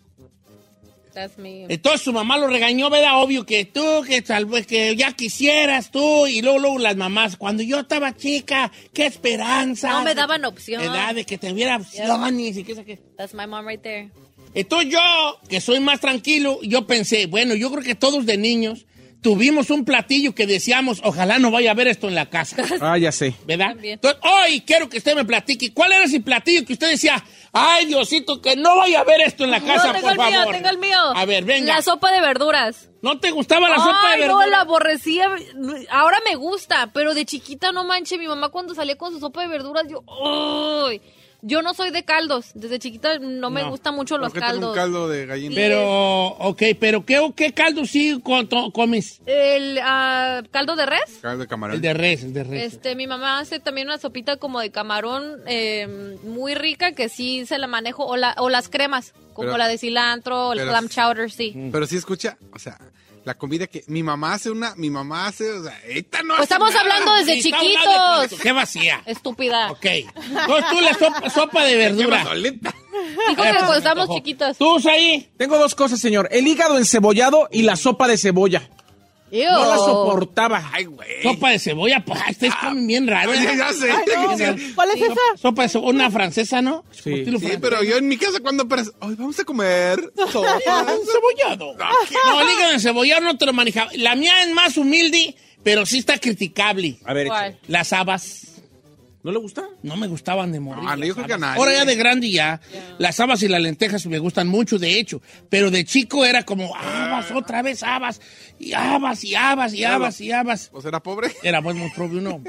D: That's me.
A: Entonces su mamá lo regañó, ¿verdad? Obvio que tú, que tal vez que ya quisieras tú. Y luego, luego las mamás, cuando yo estaba chica, qué esperanza.
D: No me daban opción.
A: Edad de que te hubiera opciones y qué sé qué.
D: That's my mom right there.
A: Entonces yo, que soy más tranquilo, yo pensé, bueno, yo creo que todos de niños tuvimos un platillo que decíamos, ojalá no vaya a ver esto en la
D: [LAUGHS]
A: casa.
B: Ah, ya sé.
A: ¿Verdad?
D: También.
A: Entonces, hoy quiero que usted me platique. ¿Cuál era ese platillo que usted decía? Ay, Diosito, que no vaya a ver esto en la casa,
D: no, tengo
A: por
D: el mío,
A: favor.
D: tengo el mío.
A: A ver, venga.
D: La sopa de verduras.
A: ¿No te gustaba la sopa de
D: Ay, no,
A: verduras?
D: la aborrecía. Ahora me gusta, pero de chiquita no manche. Mi mamá cuando salía con su sopa de verduras, yo. ¡Uy! Yo no soy de caldos. Desde chiquita no me
A: No.
D: gustan mucho
C: ¿Por
D: los
C: qué tengo
D: caldos.
C: un caldo de gallina?
A: Pero, ok, pero ¿qué, qué caldo sí co- to- comes?
D: El ah, caldo de res.
C: Caldo de camarón.
A: El de res, el de res.
D: Este, mi mamá hace también una sopita como de camarón eh, muy rica que sí se la manejo. O, la- o las cremas, como
C: Pero-
D: la de cilantro, o el
C: pero- Mm.
D: clam chowder, sí.
C: Pero sí escucha, o sea, la comida que mi mamá hace una, mi mamá hace, o sea, esta no
D: Pues
C: hace
D: estamos
C: nada.
D: hablando desde
A: Sí, está hablando de-
D: chiquitos.
A: ¡Qué vacía!
D: Estúpida.
A: Ok. Entonces tú la sopa, sopa
C: [LAUGHS]
A: de verdura.
C: Lleva solita. [LAUGHS]
D: Dijo que
A: Eh,
D: cuando estábamos
A: ojo.
D: chiquitas.
A: ¿Tú, ahí?
B: Tengo dos cosas, señor. El hígado encebollado y la sopa de cebolla. No la
D: Ew.
B: soportaba.
C: Ay, güey.
A: Sopa de cebolla, pues, ustedes comen bien raro.
C: [LAUGHS] Ah. Oye,
A: ¿eh?
C: ya sé.
E: ¿Cuál es esa?
A: Sopa de cebolla, una francesa, ¿no?
B: Sí.
A: Estilo
C: Sí,
A: francés.
C: [LAUGHS] pero yo en mi casa cuando aparece, hoy vamos a comer.
A: Ah, [LAUGHS] un cebollado. No, el hígado cebollado no te lo manejaba. La mía es más humilde, pero sí está criticable.
B: A ver,
D: ¿Cuál?
B: échale.
A: Las habas.
B: ¿no le gusta?
A: No me gustaban de morir.
C: Ah, no,
A: las
C: yo creo que a
A: habas.
C: nadie.
A: Ahora ya de grande ya. Las habas y las lentejas me gustan mucho, de hecho. Pero de chico era como habas,
C: Ah.
A: otra vez habas. Y habas, y habas, y habas, y habas.
C: ¿O será pobre?
A: Era buen muy propio, no.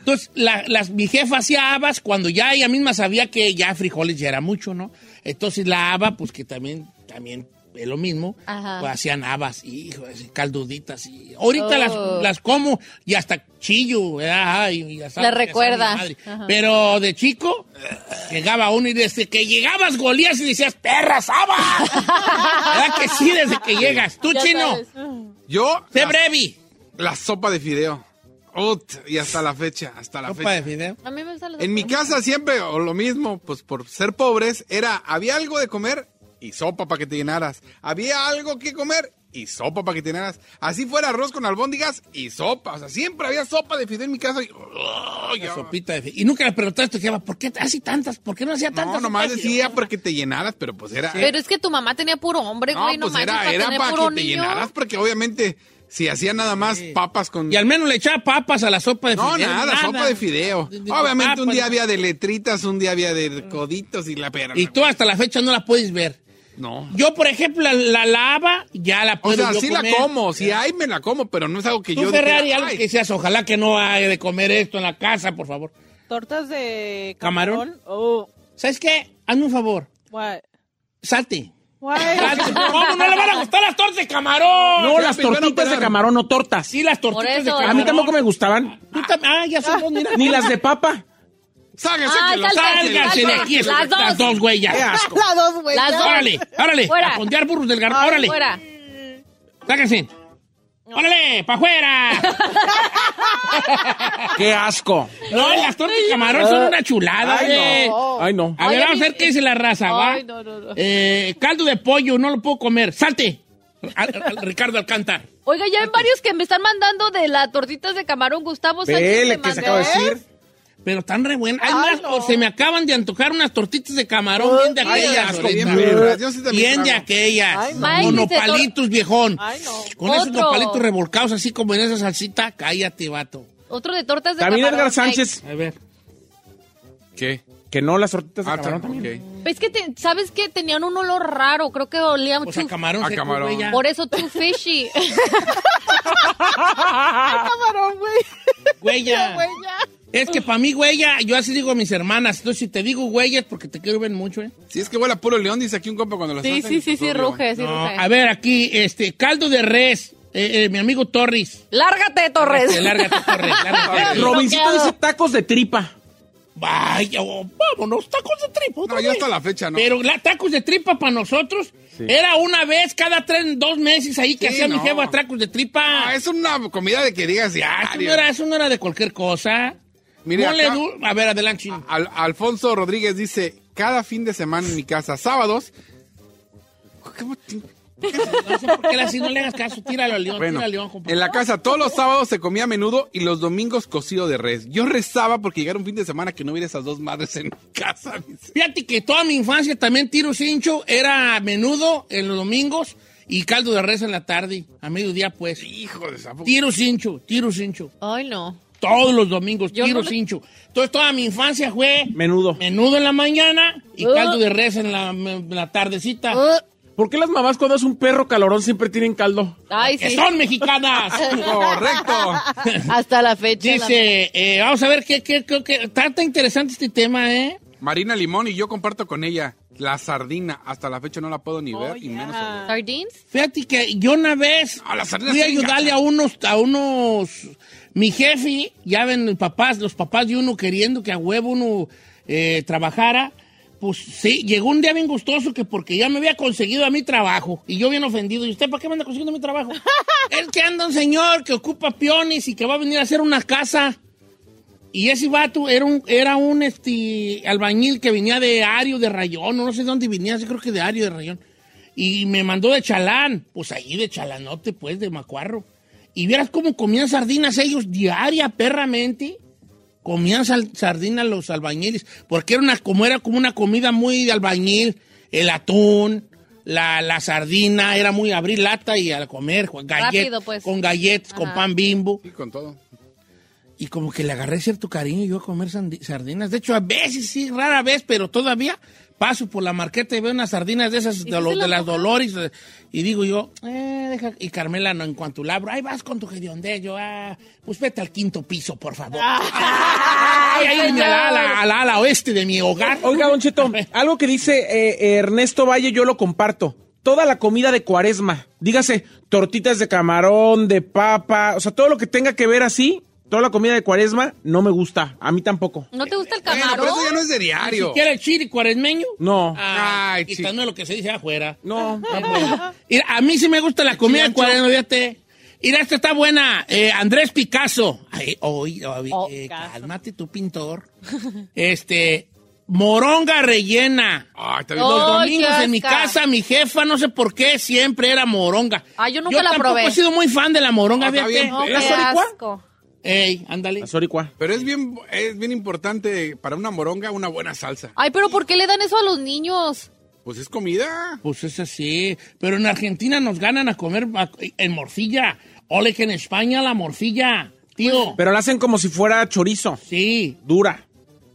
A: Entonces, la- las, mi jefa hacía habas cuando ya ella misma sabía que ya frijoles ya era mucho, ¿no? Entonces la haba, pues que también, también es lo mismo,
D: Ajá.
A: pues hacían habas, y hijo, así, calduditas. Y ahorita
D: Oh.
A: las, las como y hasta chillo, ¿verdad? Ay, y ya sabes,
D: Le
A: ya
D: recuerdas.
A: sabe mi madre.
D: Ajá.
A: Pero de chico, llegaba uno y desde que llegabas golías y decías, perras, habas.
D: [LAUGHS]
A: ¿Verdad que sí? Desde que llegas. Tú,
D: Ya
A: chino,
D: sabes.
C: Yo,
A: sé
C: la,
A: brevi.
C: la sopa de fideo. Ut, y hasta la fecha, hasta la
A: Sopa de
C: fecha.
A: fideo.
D: A mí me gusta la
C: En mi casa siempre, o lo mismo, pues por ser pobres, era, había algo de comer y sopa para que te llenaras. Había algo que comer y sopa para que te llenaras. Así fuera arroz con albóndigas y sopa. O sea, siempre había sopa de fideo en mi casa. Y, ¡oh!
A: Una
C: Ya-
A: sopita de fe- Y nunca le preguntaste, jefa, ¿por qué así tantas? ¿Por qué no hacía tantas?
C: no, nomás
A: sopas?
C: decía para que te llenaras, pero pues era...
D: Pero es que tu mamá tenía puro hombre,
C: no,
D: güey, no,
C: pues
D: manches,
C: era,
D: para
C: era
D: tener
C: para
D: puro
C: que te
D: niño.
C: llenaras, porque obviamente si hacía nada más papas con...
A: Y al menos le echaba papas a la sopa de
C: No,
A: fideo. ah,
C: nada, sopa de fideo.
A: De- de-
C: Obviamente un
A: papas.
C: día había de letritas, un día había de coditos y la pera.
A: Y tú hasta la fecha no la puedes ver.
C: No.
A: Yo, por ejemplo, la, la lava ya la
C: O
A: puedo
C: sea,
A: yo
C: sí la
A: comer.
C: como, si hay me la como, pero no es algo que
A: Tú,
C: yo dijera,
A: Ferrari, algo
C: "Ay".
A: que seas, ojalá que no haya de comer esto en la casa, por favor.
E: Tortas de
A: ¿Camarón?
E: camarón. Oh,
A: ¿Sabes qué? Hazme un favor,
E: what?
A: salte.
E: Guay.
A: ¿Cómo no le van a gustar las tortas de camarón?
B: No,
C: ya
B: las
C: me iban a
B: tortitas de
C: operar.
B: camarón, no tortas.
A: Sí, las tortitas
D: Por eso,
A: de camarón.
B: A mí tampoco me gustaban.
A: Tú tam- Ah, ya somos, mira.
B: Ni las de papa.
C: Sáquense
D: Ah,
C: que lo
D: sálganse,
C: saquen.
A: Sálganse de aquí.
D: Las
A: esas-
D: dos.
A: Las dos, güey, ya. [LAUGHS]
B: Qué asco.
E: Las dos, güey.
D: Las
E: ya.
D: dos.
A: Órale, órale.
D: Fuera.
A: A fondear burros del garbanzo.
D: Ay,
A: Órale.
D: fuera.
A: Sáquense. Órale, pa' afuera.
B: Qué asco.
A: No, las tortas de camarón son una chulada, güey.
B: Ay, no. Ay, no.
A: A ver,
D: Oye,
A: vamos a
D: mi-
A: ver qué dice la raza, ¿va?
D: Ay, no, no, no.
A: Eh, caldo de pollo, no lo puedo comer. ¡Salte! Al- al- Ricardo Alcántara.
D: Oiga, ya hay varios que me están mandando de las tortitas de camarón. Gustavo Sánchez
B: Vele,
D: me
B: que se
D: mandó. ¿eh?
B: acaba de decir.
A: Pero están re buenas. Hay
E: Ay,
A: unas-
E: no.
A: Se me acaban de antojar unas tortitas de camarón bien de
C: Ay,
A: aquellas.
C: asco,
A: Lorena.
C: bien verduras. Yo sí también
A: bien de
C: trago.
A: aquellas.
E: Ay,
D: no.
A: Monopalitos, viejón.
E: Ay, no.
A: Con esos
D: Otro.
A: nopalitos revolcados así como en esa salsita. Cállate, vato.
D: Otro de tortas de
B: También
D: camarón.
B: Edgar Sánchez.
A: A ver.
C: ¿Qué?
B: Que no, las tortitas de
C: Ah,
B: camarón
C: claro,
B: también.
C: ok.
D: Ay, Es que, te- ¿sabes qué? Tenían un olor raro. Creo que olía
A: O
D: mucho.
A: sea, Pues camarón.
C: A
A: seco,
C: camarón.
A: güey, ya.
D: Por eso, too fishy.
E: Ay, camarón, güey.
A: Güey, ya.
E: Ya, güey, ya.
A: Es que para mí, güey, ya, yo así digo a mis hermanas. Entonces, si te digo, güey, es porque te quiero ver mucho, ¿eh?
C: Si es que huele a puro león, dice aquí un compa cuando lo pues,
D: sí, sí, sí, sí, ruge, sí,
A: No,
D: ruge.
A: a ver, aquí, este, caldo de res. Eh, eh, mi amigo Torres.
D: Lárgate, [LAUGHS] Torres.
A: Eh, Lárgate, Torres.
C: [LAUGHS]
A: Lárgate. Torres.
B: Robincito dice tacos de tripa.
A: Vaya, oh, vámonos, tacos de tripa. otra
C: No, yo
A: vez.
C: hasta la fecha no.
A: Pero la, tacos de tripa para nosotros era una vez cada tres, dos meses ahí que
C: Sí,
A: hacía mi
C: no.
A: jefa tacos de tripa.
C: Ah, es una comida de que digas
A: Ah, eso,
C: diario.
A: no era, eso no era de cualquier cosa.
C: Mire,
A: Ponle
C: acá-
A: du- A ver, adelante, chino.
C: Al- Alfonso Rodríguez dice, cada fin de semana en mi casa, sábados. ¿Cómo te-
A: No sé por qué la- si no le hagas caso, tíralo al león,
C: Bueno,
A: tíralo al león, compa.
C: en la casa todos los sábados se comía a menudo y los domingos cocido de res. Yo rezaba porque llegara un fin de semana que no hubiera esas dos madres en mi [LAUGHS] casa. dice.
A: Fíjate que toda mi infancia también tiro cincho era a menudo en los domingos y caldo de res en la tarde, a mediodía pues.
C: Hijo de sapo.
A: Tiro cincho, tiro cincho.
D: Ay, no.
A: Todos los domingos,
D: Yo
A: tiro
D: no le-
A: cincho. Entonces toda mi infancia fue
B: Menudo.
A: menudo en la mañana y
D: Ah.
A: caldo de res en la, en la tardecita.
D: Ah,
B: ¿Por qué las mamás cuando es un perro calorón siempre tienen caldo?
D: Ay,
A: ¡Que
D: sí.
A: son
D: [LAUGHS]
A: mexicanas!
C: Correcto.
D: Hasta la fecha. la-
A: Dice, eh, vamos a ver, qué, qué, qué, qué- está tan interesante este tema, ¿eh?
C: Marina Limón y yo comparto con ella la sardina. Hasta la fecha no la puedo ni ver
D: Oh,
C: y menos oler.
D: ¿Sardines?
A: Fíjate que yo una vez
C: A las sardinas
A: fui a
C: tienen
A: ayudarle
C: gacha.
A: a unos, a unos, mi jefe, ya ven, los papás, los papás de uno queriendo que a huevo uno eh, trabajara, pues sí, llegó un día bien gustoso que porque ya me había conseguido a mi trabajo y yo bien ofendido, ¿y usted para qué me anda consiguiendo mi
C: [LAUGHS]
A: trabajo? El que anda un señor que ocupa peones y que va a venir a hacer una casa. Y ese vato era un, era un este, albañil que venía de Ario de Rayón, o no sé de dónde venía, sí creo que de Ario de Rayón. Y me mandó de chalán, pues allí de chalanote, pues, de macuarro. Y vieras cómo comían sardinas ellos diaria, perramente. Comían sal- sardinas los albañiles, porque era una, como era como una comida muy de albañil, el atún, la, la sardina, era muy abrir lata y al comer, con gallet-
D: Rápido, pues.
A: con galletas, con
D: Ajá.
A: pan bimbo.
C: Y con todo.
A: Y como que le agarré cierto cariño yo a comer sandi- sardinas. De hecho, a veces sí, rara vez, pero todavía paso por la marqueta y veo unas sardinas de esas,
D: ¿Y
A: de,
D: si
A: lo-
D: se
A: de
D: le
A: las
D: antoja?
A: Dolores. eh, Y digo yo, eh, deja. Y Carmela, no, en cuanto labro, ahí vas con tu hediondez. Yo, ah, pues vete al quinto piso, por favor.
D: Ah.
A: [LAUGHS] Ay, ahí en el ala, al ala oeste de mi hogar.
B: Ah, Oiga,
A: [LAUGHS]
B: Don Cheto, algo que dice eh, Ernesto Valle, yo lo comparto. Toda la comida de cuaresma, dígase, tortitas de camarón, de papa, o sea, todo lo que tenga que ver así, toda la comida de cuaresma no me gusta, a mí tampoco.
D: ¿No te gusta el
C: Bueno,
D: camarón?
C: pero eso ya no es de diario.
A: ¿Quiere el chiri cuaresmeño?
B: No,
A: Ay,
C: Ay,
A: y
C: chico.
A: también lo que se dice afuera.
B: no.
A: Y pues, a mí sí me gusta la comida de cuaresma, fíjate. Mira, esta está buena. Eh, Andrés Picasso. Ay, oy, oy,
D: Oh,
A: eh,
D: Picasso.
A: cálmate tú, pintor. Este, moronga rellena.
C: Ay, está bien.
A: Los
D: Oh,
A: domingos
D: qué
A: en mi
D: asca.
A: casa, mi jefa, no sé por qué, siempre era moronga.
D: Ah, yo nunca la
A: tampoco
D: probé.
A: he sido muy fan de la moronga,
C: Ah, está
A: fíjate.
C: bien.
D: No, qué
B: ¿La soricua?
D: asco.
A: Ey, ándale.
B: Soricua.
C: Pero es bien, es bien importante para una moronga una buena salsa.
D: Ay, pero ¿por qué le dan eso a los niños?
C: Pues es comida.
A: Pues es así. Pero en Argentina nos ganan a comer a- en morcilla. Ole, que en España la morcilla, tío.
B: Pero la hacen como si fuera chorizo,
A: Sí.
B: dura.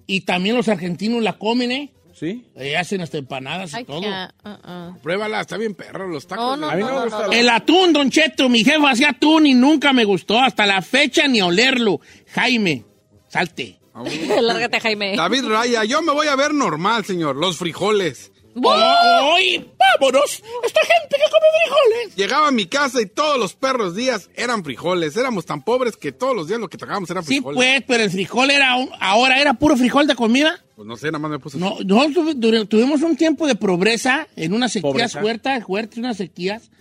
A: Y también los argentinos la comen, ¿eh?
B: ¿Sí?
A: Eh, hacen hasta empanadas y
D: Ay,
A: todo.
D: ya, uh-uh.
C: Pruébala, está bien perro los
D: No,
C: tacos. de-
D: no,
B: A mí no, me gusta.
A: El atún, don Cheto, mi jefa hacía atún y nunca me gustó, hasta la fecha ni olerlo. Jaime, salte.
C: Ah, bueno.
D: [LAUGHS] Lárgate, Jaime.
C: David Raya, yo me voy a ver normal, señor. Los frijoles.
A: ¡Hoy! Oh, ¡Vámonos! ¡Esta gente que come frijoles!
C: Llegaba a mi casa y todos los perros días eran frijoles. Éramos tan pobres que todos los días lo que tragábamos eran
A: Sí,
C: frijoles.
A: pues, pero el frijol era un- ahora era puro frijol de comida.
C: Pues no sé, nada más me puse.
A: No, no, tuve- dure- tuvimos un tiempo de pobreza en unas sequías
B: Pobreza.
A: fuertes, fuertes, unas sequías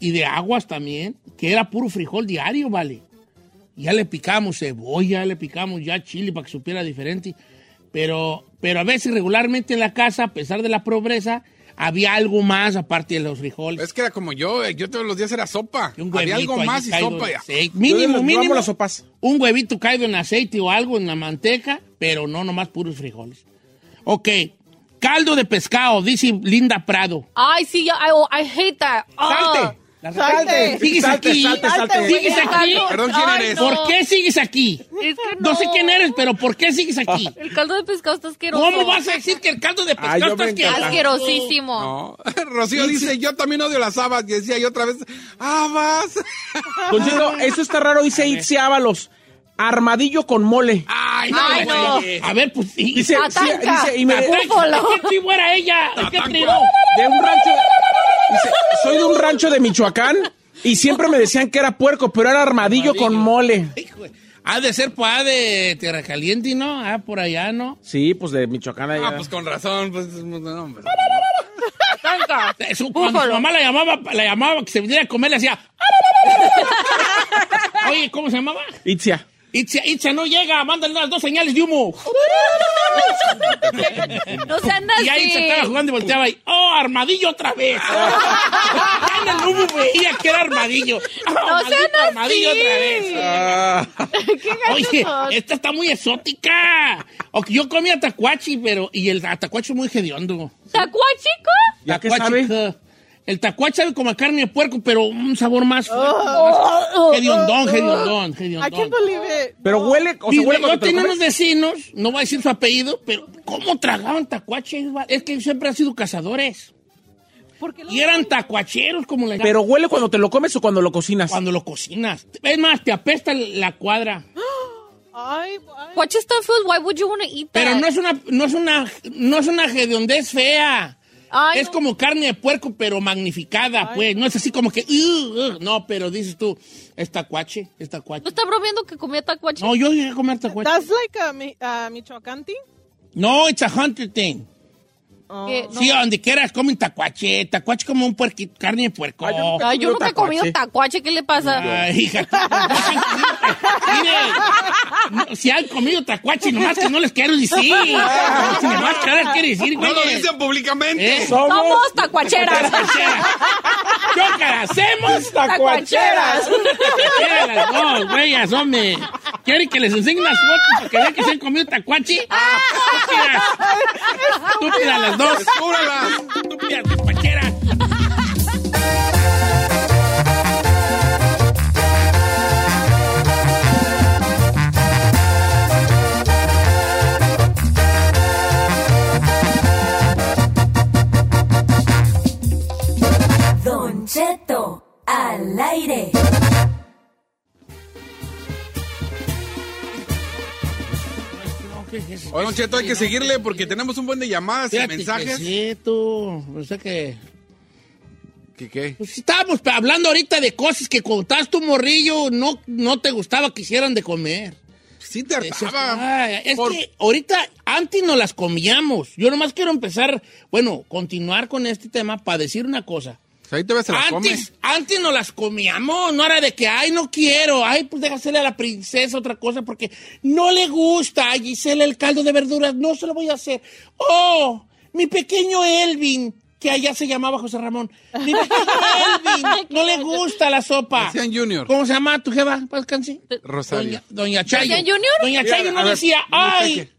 A: y de aguas también, que era puro frijol diario, vale. Ya le picamos cebolla, le picamos ya chile para que supiera diferente, pero, pero a veces regularmente en la casa, a pesar de la pobreza, había algo más aparte de los frijoles.
C: Es que era como yo, eh, yo todos los días era sopa.
A: Y un
C: Había
A: huevito
C: algo
A: ahí
C: más y
A: caído
C: sopa.
A: en
C: ya.
A: aceite.
B: Yo
A: Mínimo,
B: les- yo
A: mínimo.
B: amo las sopas.
A: un huevito caído en aceite o algo en la manteca, pero no nomás puros frijoles. Ok, caldo de pescado, dice Linda Prado.
D: Ay, sí, yo, I, oh, I hate that. Ah.
B: ¡Salte!
A: La
E: Salte.
A: ¿Sigues
B: ¡Salte,
A: aquí?
B: salte, salte!
E: Salte,
A: ¿Sigues aquí?
C: Perdón, ¿quién
D: Ay,
C: eres?
D: no.
A: ¿Por qué sigues aquí?
D: Es que
A: No sé quién eres, pero ¿por qué sigues aquí?
D: El caldo de pescado está asqueroso.
A: ¿Cómo vas a decir que el caldo de
B: Ay, yo
A: pescado está
B: me encanta.
A: asqueroso?
D: Asquerosísimo.
C: No. [LAUGHS] Rocío dice, yo también odio las habas. Y decía yo otra vez, habas.
B: Don Cheto, eso está raro, dice Itzi Ábalos. Armadillo con mole.
A: Ay, no,
D: Ay, no.
A: güey. A ver, pues sí.
B: Dice, sí,
E: Tatanca.
B: dice, y me,
A: Ay, ¿Qué tribu era ella?
B: [LAUGHS]
A: ¿Qué tribu?
B: de un rancho. dice, soy de un rancho de Michoacán y siempre me decían que era puerco, pero era armadillo, con mole.
A: Hijo de- Ha de ser pues, ah, de Tierra Caliente, ¿no? Ah, por allá, ¿no?
B: Sí, pues de Michoacán allá.
C: Ah, pues con razón. Pues, no, hombre.
A: Es un- cuando su mamá la llamaba, la llamaba que se viniera a comer, le hacía. "Ah, Oye, ¿cómo se llamaba?
B: Itzia.
A: Itza, Itza no llega, mándale unas dos señales de humo.
D: No se anda
A: [LAUGHS] Y ahí se
D: así.
A: estaba jugando y volteaba y, ¡oh, armadillo otra vez! Ya en el humo veía que era armadillo. ¡Oh, maldito
D: sean así.
A: armadillo otra vez! Oye, esta está muy exótica. O que yo comía tacuachi, pero. Y el tacuachi es muy hediondo.
D: ¿Tacua, chico?
B: ¿Ya qué
A: Tacuachi,
B: sabe?
A: ca- El tacuachi sabe como a carne de puerco, pero un sabor más.
E: Oh.
A: Hediondón, hediondón,
E: I can't
A: hediondón.
E: believe it.
B: Pero huele, o sea,
A: Digo,
B: huele cuando
A: yo
B: te lo
A: tenía unos
B: comes.
A: vecinos, no voy a decir su apellido, pero ¿cómo tragaban tacuache? Es que siempre han sido cazadores.
E: ¿Por qué lo-
A: Y eran tacuacheros como la
B: Pero huele cuando te lo comes o cuando lo cocinas.
A: cuando lo cocinas. Es más, te apesta la cuadra.
E: Ay, ay.
D: What just don't feel- Why would you want to eat that?
E: Ah.
A: Pero no es una, no es una, no es una hediondez fea.
D: Ay,
A: es
D: no.
A: como carne de puerco, pero magnificada, pues. No es así como que. "Ugh, ugh". No, pero dices tú, es tacuache, es
D: ¿Tú
A: tacuache.
D: estás bromeando que comía tacuachi?
A: No, yo llegué a comer tacuache.
E: That's like a, mi, a Michoacán thing.
A: No, it's a hunter thing.
D: Que- no.
A: Sí, a donde quieras comen tacuache. Tacuache como un puerquito, carne de puerco.
B: Ay, yo nunca-
D: Ay, yo nunca he comido tacuache. ¿Qué le pasa?
A: Ay, hija. [LAUGHS] Mire, no, si han comido tacuache, nomás que no les quiero
C: [LAUGHS]
A: decir. nomás que no les quiero decir,
C: No
A: güey.
C: lo dicen públicamente.
A: Eh,
D: Somos
A: [LAUGHS]
D: tacuacheras. [LAUGHS]
A: tacuacheras. Chócaras, hacemos
D: Tacuacheras.
A: tacuacheras las dos, güeyas, hombre. ¿Quieren que les enseñe unas fotos para que vean que se han comido tacuache? Estúpidas. Estúpidas las dos.
C: Descúbralas.
A: Estúpidas tacuacheras.
F: Don Cheto al aire.
C: Oye, Don Cheto, hay que seguirle porque tenemos un buen de llamadas y
A: Fíjate que
C: mensajes.
A: sí, tú. O sea que...
C: ¿Qué qué?
A: Pues estábamos hablando ahorita de cosas que cuando estabas tu morrillo no, no te gustaba que hicieran de comer.
C: Sí te
A: Eso-
C: hartaba.
A: Ay, es
C: Por-
A: que ahorita antes no las comíamos. Yo nomás quiero empezar, bueno, continuar con este tema para decir una cosa.
C: O sea, Ahí te ves, se la come.
A: Antes, antes no las comíamos, no era de que, ay, no quiero, ay, pues déjasele a la princesa otra cosa porque no le gusta a Gisela el caldo de verduras, no se lo voy a hacer. Oh, mi pequeño Elvin, que allá se llamaba José Ramón, mi
C: [LAUGHS]
A: pequeño Elvin, no le gusta la sopa.
C: Decían Junior.
A: ¿Cómo se llama tu jeva? Paz descanse.
C: Rosario.
A: Doña, Doña Chayo.
D: ¿Decían Junior?
A: Doña Chayo
C: Mira,
A: no
C: a ver,
A: decía,
C: Doña
A: ay,
C: Chayo.